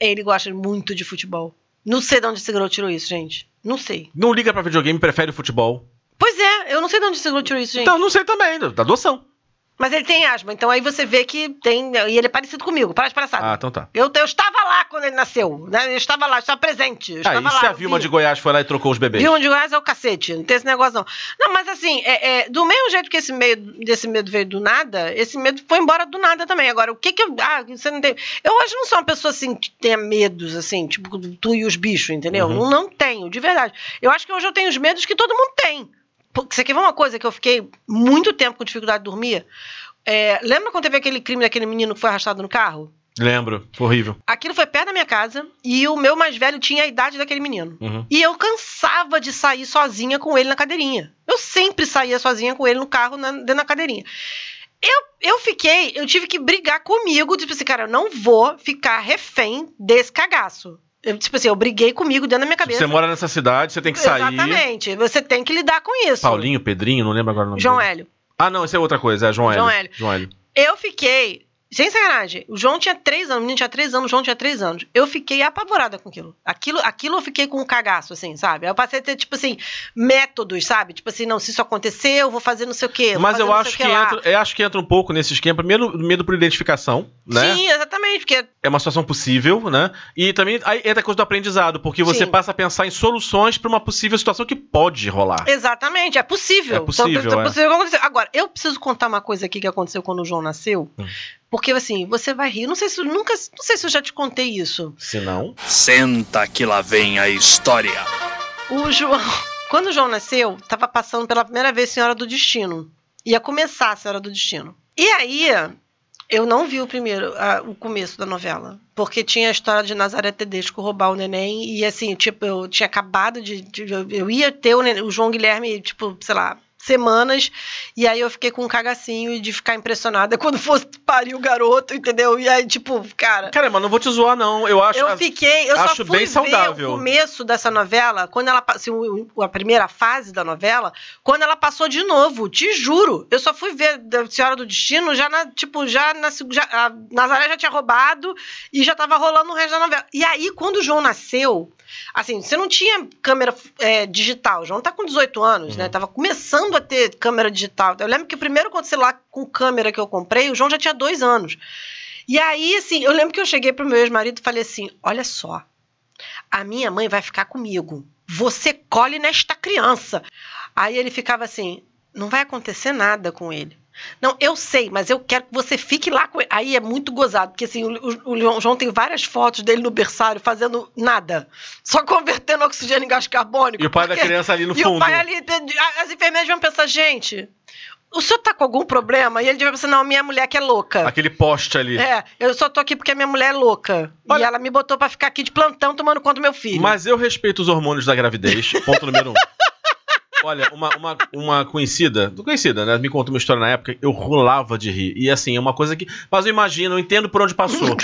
A: Ele gosta muito de futebol. Não sei de onde esse garoto tirou isso, gente. Não sei.
B: Não liga pra videogame, prefere o futebol.
A: Pois é, eu não sei de onde esse garoto tirou isso, gente.
B: Então, não sei também, da da adoção.
A: Mas ele tem asma, então aí você vê que tem. E ele é parecido comigo, para de palhaçada.
B: Ah, então tá.
A: Eu, eu estava lá quando ele nasceu, né? Eu estava lá, eu estava presente. Eu
B: Ah,
A: estava
B: e
A: lá.
B: se a
A: eu
B: Vilma
A: vi.
B: de Goiás foi lá e trocou os bebês?
A: Bilhão de reais é o cacete, não tem esse negócio não. Não, mas assim, é, é, do mesmo jeito que esse medo, desse medo veio do nada, esse medo foi embora do nada também. Agora, o que que eu... Ah, você não tem... Eu hoje não sou uma pessoa assim que tenha medos, assim, tipo tu e os bichos, entendeu?
Q: Uhum.
A: Não, não tenho, de verdade. Eu acho que hoje eu tenho os medos que todo mundo tem. Porque você quer ver uma coisa que eu fiquei muito tempo com dificuldade de dormir? É, lembra quando teve aquele crime daquele menino que foi arrastado no carro?
B: Lembro, foi horrível.
A: Aquilo foi perto da minha casa e o meu mais velho tinha a idade daquele menino.
B: Uhum.
A: E eu cansava de sair sozinha com ele na cadeirinha. Eu sempre saía sozinha com ele no carro, na, dentro da cadeirinha. Eu, eu fiquei, eu tive que brigar comigo, tipo assim, cara, eu não vou ficar refém desse cagaço. Eu, tipo assim, eu briguei comigo dentro da minha cabeça.
B: Tipo, Você mora nessa cidade, você tem que sair.
A: Exatamente, você tem que lidar com isso.
B: Paulinho, Pedrinho, não lembro agora o nome
A: João
B: dele.
A: Hélio.
B: Ah, não, isso é outra coisa, é João Hélio.
A: João Hélio. Eu fiquei Sem sacanagem. O João tinha três anos, o menino tinha três anos, o João tinha três anos. Eu fiquei apavorada com aquilo. Aquilo, aquilo eu fiquei com um cagaço, assim, sabe? Aí Eu passei a ter, tipo assim, métodos, sabe? Tipo assim, não, se isso acontecer, eu vou fazer não sei o quê. vou
B: Mas
A: fazer
B: eu
A: não
B: acho que,
A: sei o lá.
B: entra, eu acho que entra um pouco nesse esquema. Primeiro, medo por identificação, né?
A: Sim, exatamente, porque
B: É uma situação possível, né? E também aí entra a coisa do aprendizado, porque você
A: Sim.
B: passa a pensar em soluções para uma possível situação que pode rolar.
A: Exatamente, é possível.
B: É possível,
A: Então,
B: é.
A: possível acontecer. Agora, eu preciso contar uma coisa aqui que aconteceu quando o João nasceu.
B: Hum.
A: Porque assim, você vai rir. Não sei se eu nunca, não sei se eu já te contei isso.
B: Se não.
Q: Senta que lá vem a história.
A: O João, quando o João nasceu, tava passando pela primeira vez Senhora do Destino. Ia começar a Senhora do Destino. E aí, eu não vi o primeiro, a- o começo da novela. Porque tinha a história de Nazaré Tedesco roubar o neném. E assim, tipo, eu tinha acabado de. de- eu, eu ia ter o, neném- o João Guilherme, tipo, sei lá, semanas. E aí eu fiquei com um cagacinho de ficar impressionada quando fosse parir o garoto, entendeu? E aí, tipo, cara.
B: Cara, mas não vou te zoar, não. Eu acho.
A: Eu fiquei, eu
B: acho
A: só fui ver
B: bem saudável.
A: o começo dessa novela, quando ela pa- assim, o- o- a primeira fase da novela, quando ela passou de novo, te juro. Eu só fui ver da Senhora do Destino já na, tipo, já na seg- já- a Nazaré já tinha roubado e já tava rolando o resto da novela. E aí quando o João nasceu, assim, você não tinha câmera é, digital. O João tá com 18 anos, né? Tava começando a ter câmera digital. Eu lembro que o primeiro celular com câmera que eu comprei, o João já tinha dois anos. E aí, assim, eu lembro que eu cheguei pro meu ex-marido e falei assim: olha só, a minha mãe vai ficar comigo. Você colhe nesta criança. Aí ele ficava assim: não vai acontecer nada com ele. Não, eu sei, mas eu quero que você fique lá com ele. Aí é muito gozado, porque assim, o, o- o Leon- João tem várias fotos dele no berçário fazendo nada, só convertendo oxigênio em gás carbônico.
B: E o pai da
A: porque-
B: criança ali no
A: E o
B: fundo.
A: pai ali, as enfermeiras vão pensar, gente, o senhor tá com algum problema? E ele vai pensar, não, minha mulher que é louca.
B: Aquele poste ali.
A: É, eu só tô aqui porque a minha mulher é louca. E ela me botou pra ficar aqui de plantão tomando conta do meu filho.
B: Mas eu respeito os hormônios da gravidez. Ponto número um. Olha, uma, uma, uma conhecida, conhecida, né? Me conta uma história na época, eu rolava de rir. E assim, é uma coisa que. Mas eu imagino, eu entendo por onde passou.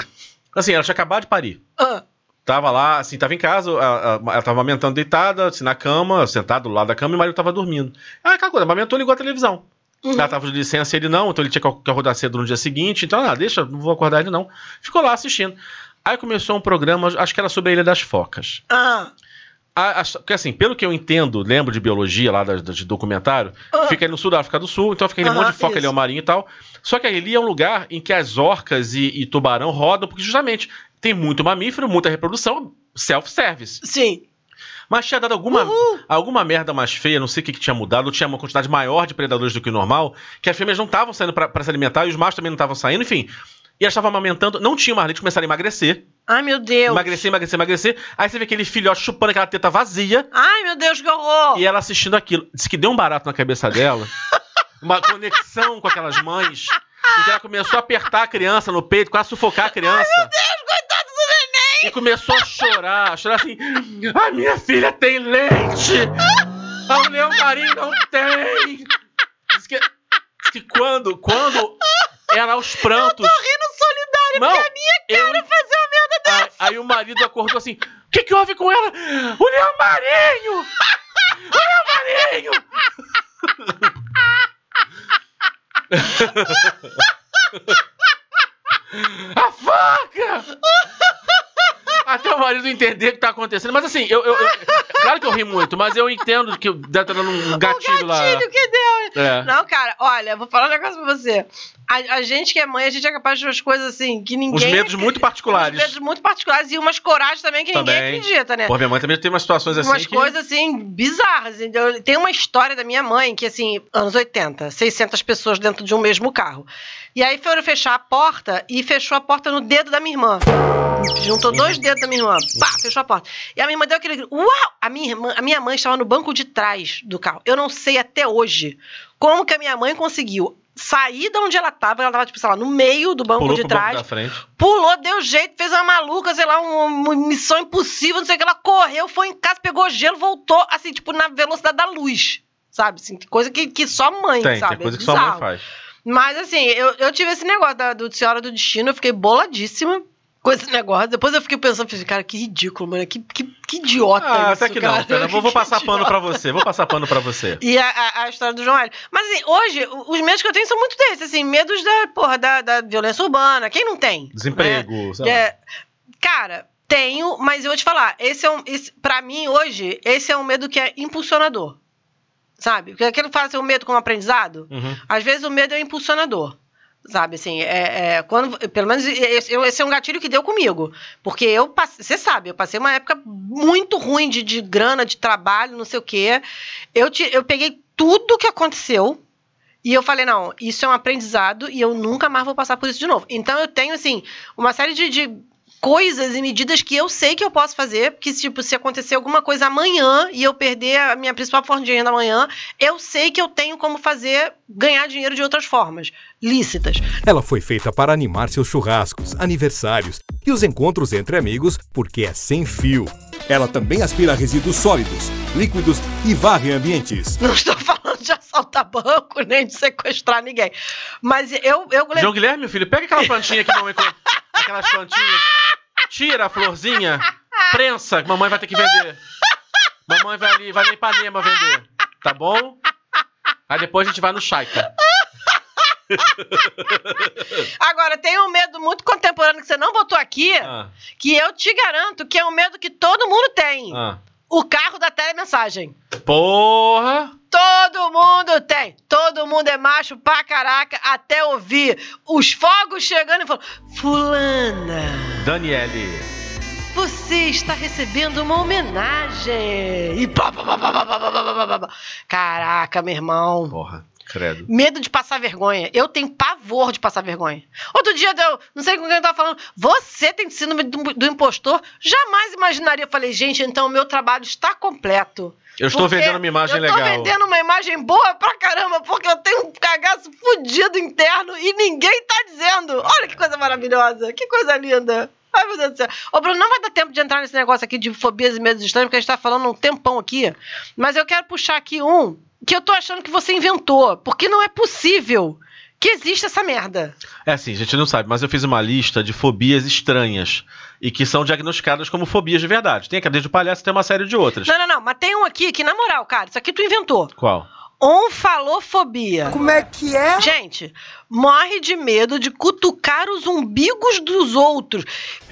B: Assim, ela tinha acabado de parir.
A: Ah,
B: Tava lá, assim, tava em casa, a- a- ela tava amamentando deitada, assim, na cama, sentado do lado da cama, e o marido tava dormindo. Ah, aquela coisa, amamentou, ligou a televisão. Ela tava de licença, ele não, então ele tinha que acordar cedo no dia seguinte, então, ah, deixa, não vou acordar ele não. Ficou lá assistindo. Aí começou um programa, acho que era sobre a Ilha das Focas.
A: ah,
B: A- a- Porque assim, pelo que eu entendo, lembro de biologia lá das- das- de documentário,
A: Ah.
B: fica aí no sul da África do Sul, então fica aquele
A: Aham,
B: monte de foca
A: isso.
B: ali ao marinho e tal. Só que ali é um lugar em que as orcas e, e tubarão rodam, porque justamente tem muito mamífero, muita reprodução, self-service.
A: Sim.
B: Mas tinha dado alguma, alguma merda mais feia, não sei o que, que tinha mudado, ou tinha uma quantidade maior de predadores do que o normal, que as fêmeas não estavam saindo pra pra se alimentar e os machos também não estavam saindo, enfim. E elas estavam amamentando, não tinha mais leite, começaram a emagrecer.
A: Ai, meu Deus.
B: Emagrecer, emagrecer, emagrecer. Aí você vê aquele filhote chupando aquela teta vazia.
A: Ai, meu Deus, que horror!
B: E ela assistindo aquilo. Diz que deu um barato na cabeça dela. uma conexão com aquelas mães. E que ela começou a apertar a criança no peito, quase sufocar a criança. Ai, meu Deus, coitado do neném! E começou a chorar, a chorar assim. A minha filha tem leite! O meu marido não tem! Diz que, diz que quando, quando era aos prantos.
A: Eu tô rindo solidário
B: Não,
A: porque a minha cara fazer uma merda dessa.
B: Aí, aí o marido acordou assim: O que, que houve com ela? O Leão Marinho! O Leão Marinho! A faca! Até o marido entender o que tá acontecendo. Mas assim, eu, eu- eu- Claro que eu ri muito, mas eu entendo que deve tá dando um gatilho, lá.
A: Filho, que deu.
B: É.
A: Não, cara, olha, vou falar um negócio pra você. A, a gente que é mãe, a gente é capaz de umas coisas assim que ninguém.
B: Uns medos muito particulares.
A: Uns medos muito particulares e umas coragens também que ninguém
B: também.
A: acredita, né?
B: Pô, minha mãe também tem umas situações assim.
A: umas
B: que-
A: coisas assim bizarras. entendeu? Tem uma história da minha mãe que assim, anos 80, 600 pessoas dentro de um mesmo carro. E aí foram fechar a porta e fechou a porta no dedo da minha irmã. Juntou dois dedos da minha irmã. Pá, fechou a porta. E a minha irmã deu aquele uh, grito. Uau! A minha, irmã, a minha mãe estava no banco de trás do carro. Eu não sei até hoje como que a minha mãe conseguiu sair de onde ela estava. Ela estava, tipo, sei lá, no meio do banco
B: Pulou
A: de
B: pro banco
A: trás.
B: da frente.
A: Pulou, deu jeito, fez uma maluca, sei lá, uma, uma missão impossível, não sei o que. Ela correu, foi em casa, pegou gelo, voltou, assim, tipo, na velocidade da luz. Sabe? Assim, coisa que, que só mãe,
B: Tem,
A: sabe? É
B: tem coisa que sua mãe
A: bizarro.
B: faz.
A: Mas assim, eu, eu tive esse negócio da, do Senhora do Destino, eu fiquei boladíssima. com esse negócio. Depois eu fiquei pensando, falei, assim, cara, que ridículo, mano. Que, que, que idiota
B: Ah,
A: isso,
B: até que
A: cara.
B: não. Pera, vou, vou passar pano pra você. Vou passar pano pra você.
A: E a, a- a história do João Hélio. Mas assim, hoje, o- os medos que eu tenho são muito desses, assim, medos da, porra, da, da violência urbana. Quem não tem?
B: Desemprego, sei lá.
A: É, cara, tenho, mas eu vou te falar, esse é um. Esse, pra mim, hoje, esse é um medo que é impulsionador. Sabe? Porque aquele fala assim, o medo como aprendizado.
B: Uhum.
A: Às vezes o medo é impulsionador. Sabe, assim, é, é, quando, pelo menos esse, eu- esse é um gatilho que deu comigo. Porque eu passei, você sabe, eu passei uma época muito ruim de, de grana, de trabalho, não sei o quê. Eu, te, eu peguei tudo que aconteceu e eu falei, não, isso é um aprendizado e eu nunca mais vou passar por isso de novo. Então eu tenho, assim, uma série de, de coisas e medidas que eu sei que eu posso fazer, porque, tipo, se acontecer alguma coisa amanhã e eu perder a minha principal forma de renda amanhã, eu sei que eu tenho como fazer ganhar dinheiro de outras formas, lícitas.
R: Ela foi feita para animar seus churrascos, aniversários e os encontros entre amigos, porque é sem fio. Ela também aspira resíduos sólidos, líquidos e varre ambientes.
A: Não estou falando de assaltar banco, nem de sequestrar ninguém. Mas eu... eu
B: João Guilherme, meu filho, pega aquela plantinha que mamãe... colocou- Aquelas plantinhas. Tira a florzinha. Prensa, que mamãe vai ter que vender. Mamãe vai ali, vai ali em Ipanema vender. Tá bom? Aí depois a gente vai no Shaika.
A: Agora, tem um medo muito contemporâneo que você não botou aqui,
B: Ah.
A: que eu te garanto que é um medo que todo mundo tem.
B: Ah.
A: O carro da telemensagem.
B: Porra!
A: Todo mundo tem. Todo mundo é macho pra caraca, até ouvir os fogos chegando e falando: Fulana,
B: Daniele.
A: você está recebendo uma homenagem. E pá, pá, pá, pá, pá, pá, pá, pá, pá, pá, pá. Caraca, meu irmão.
B: Porra, credo.
A: Medo de passar vergonha. Eu tenho pavor de passar vergonha. Outro dia, eu não sei com quem eu tava falando, você tem síndrome do, do impostor? Jamais imaginaria. Eu falei, gente, então o meu trabalho está completo.
B: Eu estou vendendo uma imagem
A: eu tô
B: legal.
A: vendendo uma imagem boa pra caramba, porque eu tenho um cagaço fudido interno e ninguém tá dizendo. Olha que coisa maravilhosa, que coisa linda. Ai, meu Deus do céu. Ô, Bruno, não vai dar tempo de entrar nesse negócio aqui de fobias e medos estranhos, porque a gente tá falando um tempão aqui. Mas eu quero puxar aqui um que eu tô achando que você inventou, porque não é possível que exista essa merda.
B: É assim, a gente não sabe, mas eu fiz uma lista de fobias estranhas e que são diagnosticadas como fobias de verdade. Tem a cadeia de palhaço, tem uma série de outras.
A: Não, não, não, mas tem um aqui que, na moral, cara, isso aqui tu inventou.
B: Qual?
A: Onfalofobia. Como é que é? Gente, morre de medo de cutucar os umbigos dos outros.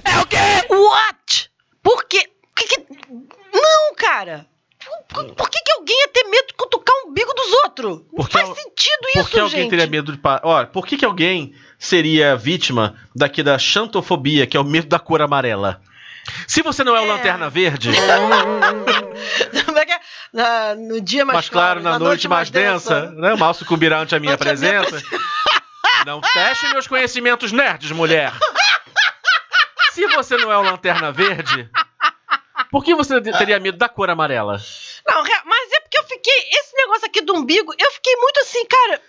A: É o quê? What? Por quê? Que que- Não, cara. Por, por que, que alguém ia ter medo de cutucar o umbigo dos outros? Não
B: Porque
A: faz
B: al-
A: sentido
B: Por que
A: isso,
B: alguém
A: gente.
B: teria medo de. pa- Olha, por que, que alguém seria vítima daqui da xantofobia, que é o medo da cor amarela? Se você não é o Lanterna Verde,
A: Como é que é? Na- no dia mais,
B: mas claro, na, noite, mais densa, né? Mal sucumbirá ante a minha
A: Ante a minha
B: presença. não teste meus conhecimentos nerds, mulher. Se você não é o Lanterna Verde, por que você teria medo da cor amarela?
A: Não, re- mas é porque eu fiquei. Esse negócio aqui do umbigo, eu fiquei muito assim, cara.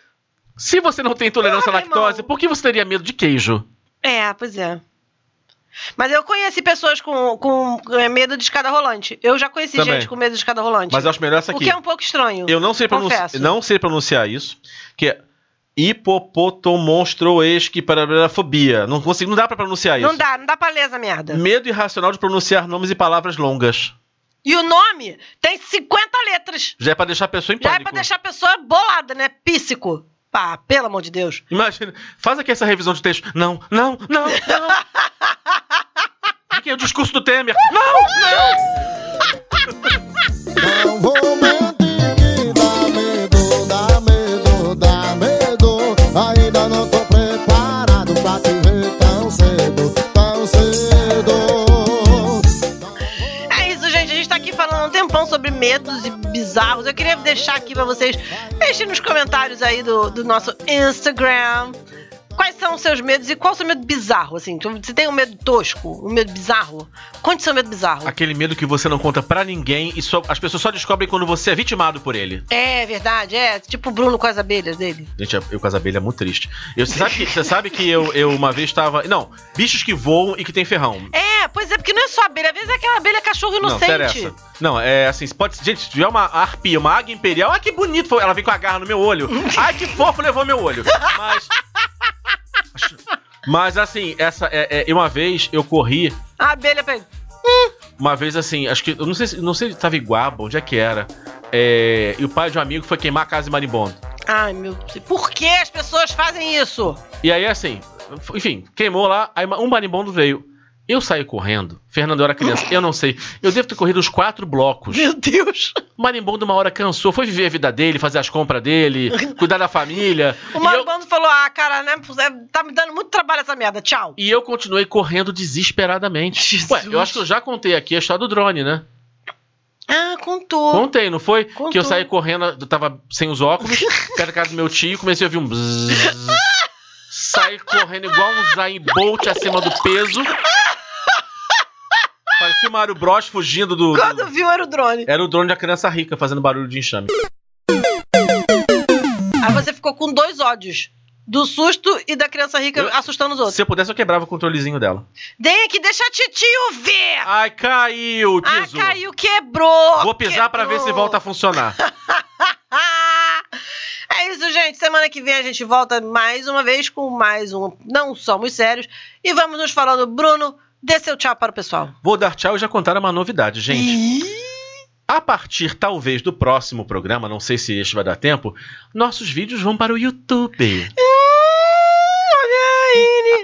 B: Se você não tem intolerância à lactose, por que você teria medo de queijo?
A: É, pois é. Mas eu conheci pessoas com, com é, medo de escada rolante. Eu já conheci
B: Também.
A: gente com medo de escada rolante.
B: Mas eu acho melhor essa
A: O
B: aqui.
A: que é um pouco estranho.
B: Eu não sei, pronunci...
A: Confesso.
B: não sei pronunciar isso, que é hipopotomonstroesquiparafobia. Não consigo, não dá pra pronunciar isso.
A: Não dá, não dá pra ler essa merda.
B: Medo irracional de pronunciar nomes e palavras longas.
A: E o nome tem 50 letras.
B: Já é pra deixar a pessoa em
A: Já é
B: pânico.
A: pra deixar a pessoa bolada, né? Píssico. Pá, pelo amor de Deus.
B: Imagina, faz aqui essa revisão de texto. Não, não, não, não. Aqui é o discurso do Temer. Não, não.
K: Não vou mentir que dá medo, dá medo, dá medo. Ainda não tô preparado pra te ver tão cedo, tão cedo.
A: É isso, gente. A gente tá aqui falando um tempão sobre medos e bizarros. Eu queria deixar aqui pra vocês. Deixem nos comentários aí do, do nosso Instagram. Quais são os seus medos e qual é o seu medo bizarro, assim? Então, Você tem um medo tosco, um medo bizarro? Conte seu medo bizarro.
B: Aquele medo que você não conta pra ninguém e só- as pessoas só descobrem quando você é vitimado por ele.
A: É verdade, é. Tipo o Bruno com as abelhas dele.
B: Gente, eu com as abelhas é muito triste. Eu- você, sabe que, você sabe que eu, eu uma vez estava. Não, bichos que voam e que tem ferrão.
A: É, pois é, porque não é só abelha. Às vezes é aquela abelha cachorro
B: Não, sério
A: inocente.
B: essa. Não, é assim, pode Gente, se tiver uma arpia, uma águia imperial, ah, que bonito. foi. Ela vem com a garra no meu olho. Ai, que fofo levou meu olho. Mas. Mas assim, essa é, é, uma vez eu corri.
A: A abelha pra ele. Hum.
B: Uma vez assim, acho que. Eu não sei se não sei se tava em Guaba, onde é que era. É, e o pai de um amigo foi queimar a casa de marimbondo.
A: Ai, meu Deus. Por que as pessoas fazem isso?
B: E aí, assim, enfim, queimou lá, aí um marimbondo veio. Eu saí correndo. Fernando, eu era criança. Eu não sei. Eu devo ter corrido uns quatro blocos.
A: Meu Deus!
B: O marimbondo, uma hora, cansou. Foi viver a vida dele, fazer as compras dele, cuidar da família.
A: O marimbondo eu... falou: ah, cara, né? Tá me dando muito trabalho essa merda. Tchau.
B: E eu continuei correndo desesperadamente. Jesus. Ué, eu acho que eu já contei aqui a história do drone, né?
A: Ah, contou.
B: Contei, não foi? Contou. Que eu saí correndo, eu tava sem os óculos, perto da casa do meu tio, comecei a ouvir um bzzz, saí correndo igual um Zayn Bolt acima do peso. Parecia o Mario Bros fugindo do.
A: Quando
B: do...
A: viu, era o drone.
B: Era o drone da criança rica fazendo barulho de enxame.
A: Aí você ficou com dois ódios. Do susto e da criança rica eu, assustando os outros.
B: Se eu pudesse, eu quebrava o controlezinho dela.
A: Tem aqui, deixa a titio ver!
B: Ai, caiu, tizu.
A: Ai, Ah, caiu, quebrou!
B: Vou pisar para ver se volta a funcionar.
A: é isso, gente. Semana que vem a gente volta mais uma vez com mais um Não Somos Sérios. E vamos nos falando, Bruno, dê seu tchau para o pessoal.
B: Vou dar tchau e já contar uma novidade, gente. E... A partir, talvez, do próximo programa, não sei se este vai dar tempo, nossos vídeos vão para o YouTube.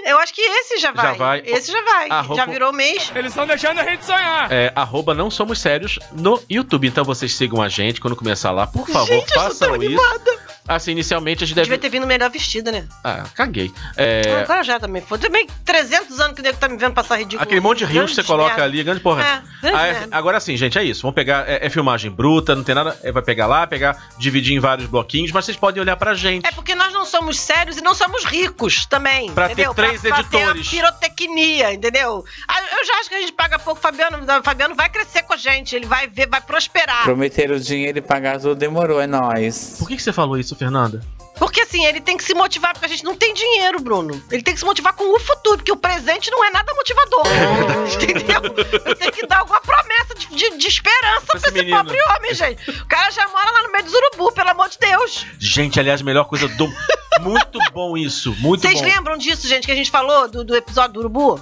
A: Eu acho que esse já vai. Já vai. Esse já vai. Arroba... Já virou mês.
N: Eles estão deixando a gente sonhar.
B: É, arroba não somos sérios no YouTube. Então vocês sigam a gente quando começar lá. Por favor, gente, façam isso. Animada. Assim, inicialmente a gente deve.
A: Devia ter vindo melhor vestida, né?
B: Ah, caguei. É...
A: Ah, Agora já também. Foi também 300 anos que o nego tá me vendo passar ridículo.
B: Aquele monte de rios que você coloca Ah, merda. ali, grande porra. É, grande Aí, agora sim, gente, é isso. Vamos pegar. É, é filmagem bruta, não tem nada. é, vai pegar lá, pegar, dividir em vários bloquinhos, mas vocês podem olhar pra gente.
A: É porque nós não somos sérios e não somos ricos também.
B: Pra entendeu? ter três pra editores.
A: Fazer a pirotecnia, entendeu? Ah, Eu já acho que a gente paga pouco. Fabiano, Fabiano vai crescer com a gente. Ele vai ver, vai prosperar.
S: Prometeram o dinheiro e pagar tudo demorou, é nóis.
B: Por que, que você falou isso? Fernanda?
A: Porque assim, ele tem que se motivar, porque a gente não tem dinheiro, Bruno. Ele tem que se motivar com o futuro, porque o presente não é nada motivador. entendeu? Ele tem que dar alguma promessa de, de, de esperança esse pra esse menino. pobre homem, gente. O cara já mora lá no meio do urubu, pelo amor de Deus.
B: Gente, aliás, melhor coisa do. Muito bom isso, muito
A: Vocês
B: bom.
A: Vocês lembram disso, gente, que a gente falou do, do episódio do urubu?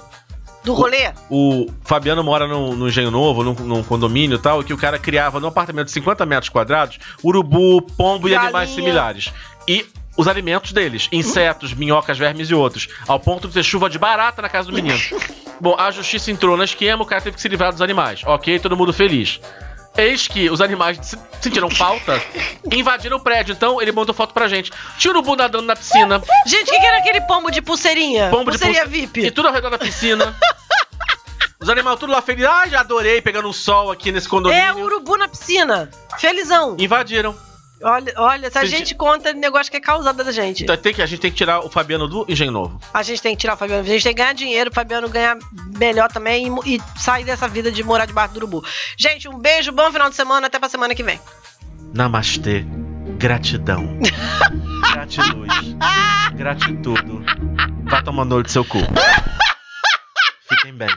A: do rolê?
B: O, o, Fabiano mora num, num engenho novo, num, num condomínio e tal, e que o cara criava num apartamento de 50 metros quadrados urubu, pombo Galinha. e animais similares. E os alimentos deles, insetos, minhocas, vermes e outros, ao ponto de ter chuva de barata na casa do menino. Bom, a justiça entrou no esquema, o cara teve que se livrar dos animais. Ok, todo mundo feliz. Eis que os animais sentiram falta e invadiram o prédio. Então ele mandou foto pra gente. Tinha o urubu nadando na piscina.
A: Gente, o que, que, era aquele pombo de pulseirinha?
B: Pombo
A: pulseirinha
B: de
A: pulse... VIP.
B: E tudo ao redor da piscina. Os animais tudo lá felizes. Ah, já adorei pegando um sol aqui nesse condomínio.
A: É, o urubu na piscina. Felizão.
B: Invadiram.
A: Olha, olha, se a gente, gente conta negócio que é causado da gente.
B: Então, tem que, a gente tem que tirar o Fabiano do Engenho Novo.
A: A gente tem que tirar o Fabiano. A gente tem que ganhar dinheiro, o Fabiano ganhar melhor também e, e sair dessa vida de morar debaixo do urubu. Gente, um beijo, bom final de semana, até pra semana que vem.
B: Namastê. Gratidão. Gratiluz. Gratitudo. Vá tomando olho do seu cu. Fiquem bem.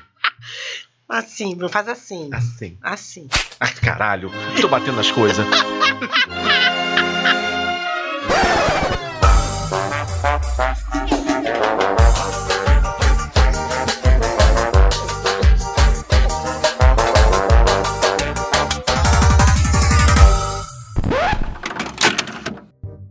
A: Assim, Bruno, faz assim.
B: Assim.
A: Assim.
B: Ah, caralho. Tô batendo as coisas.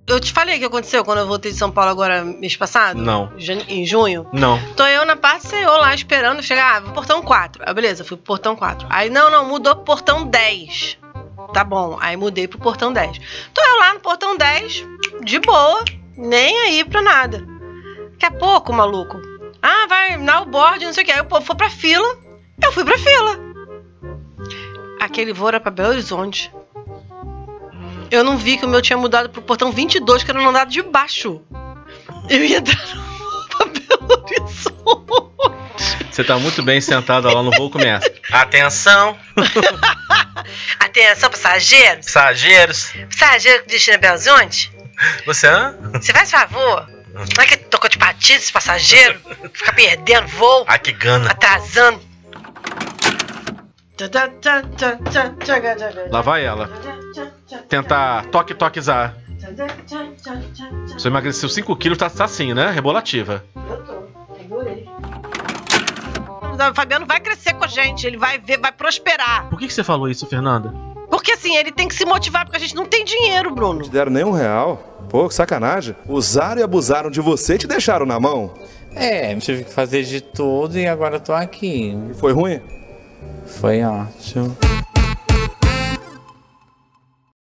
A: Eu te falei o que aconteceu quando eu voltei de São Paulo agora mês passado?
B: Não.
A: Em junho?
B: Não.
A: Tô eu na parte CEO lá esperando chegar, ah, vou portão 4. Ah, beleza, fui pro portão 4. Aí não, não, mudou pro portão 10. Tá bom, aí mudei pro portão 10. Tô eu lá no portão 10, de boa, nem aí pra nada. Daqui a pouco, maluco. Ah, vai na o board, não sei o que. Aí o povo foi pra fila, eu fui pra fila. Aquele voo era pra Belo Horizonte eu não vi que o meu tinha mudado pro portão 22, que era no andar de baixo. Eu ia dar pra Belo Horizonte.
B: Você tá muito bem sentada lá no voo começa.
S: Atenção!
A: Atenção, passageiros!
S: Passageiros!
A: Passageiro que destina Belo Horizonte?
S: Você hã?
A: Você faz favor? Não é que tocou de patins esse passageiro? Fica perdendo voo.
S: Ah, que gana.
A: Atrasando.
B: Lá vai ela tentar toque-toquezar. Você emagreceu 5 quilos, tá, tá assim, né? Rebolativa.
A: Eu tô. Fabiano, o Fabiano vai crescer com a gente, ele vai ver, vai prosperar.
B: Por que, que você falou isso, Fernanda?
A: Porque assim, ele tem que se motivar, porque a gente não tem dinheiro, Bruno.
T: Não te deram nem um real. Pô, que sacanagem. Usaram e abusaram de você e te deixaram na mão.
S: É, tive que fazer de tudo e agora tô aqui.
T: Foi ruim?
S: Foi ótimo.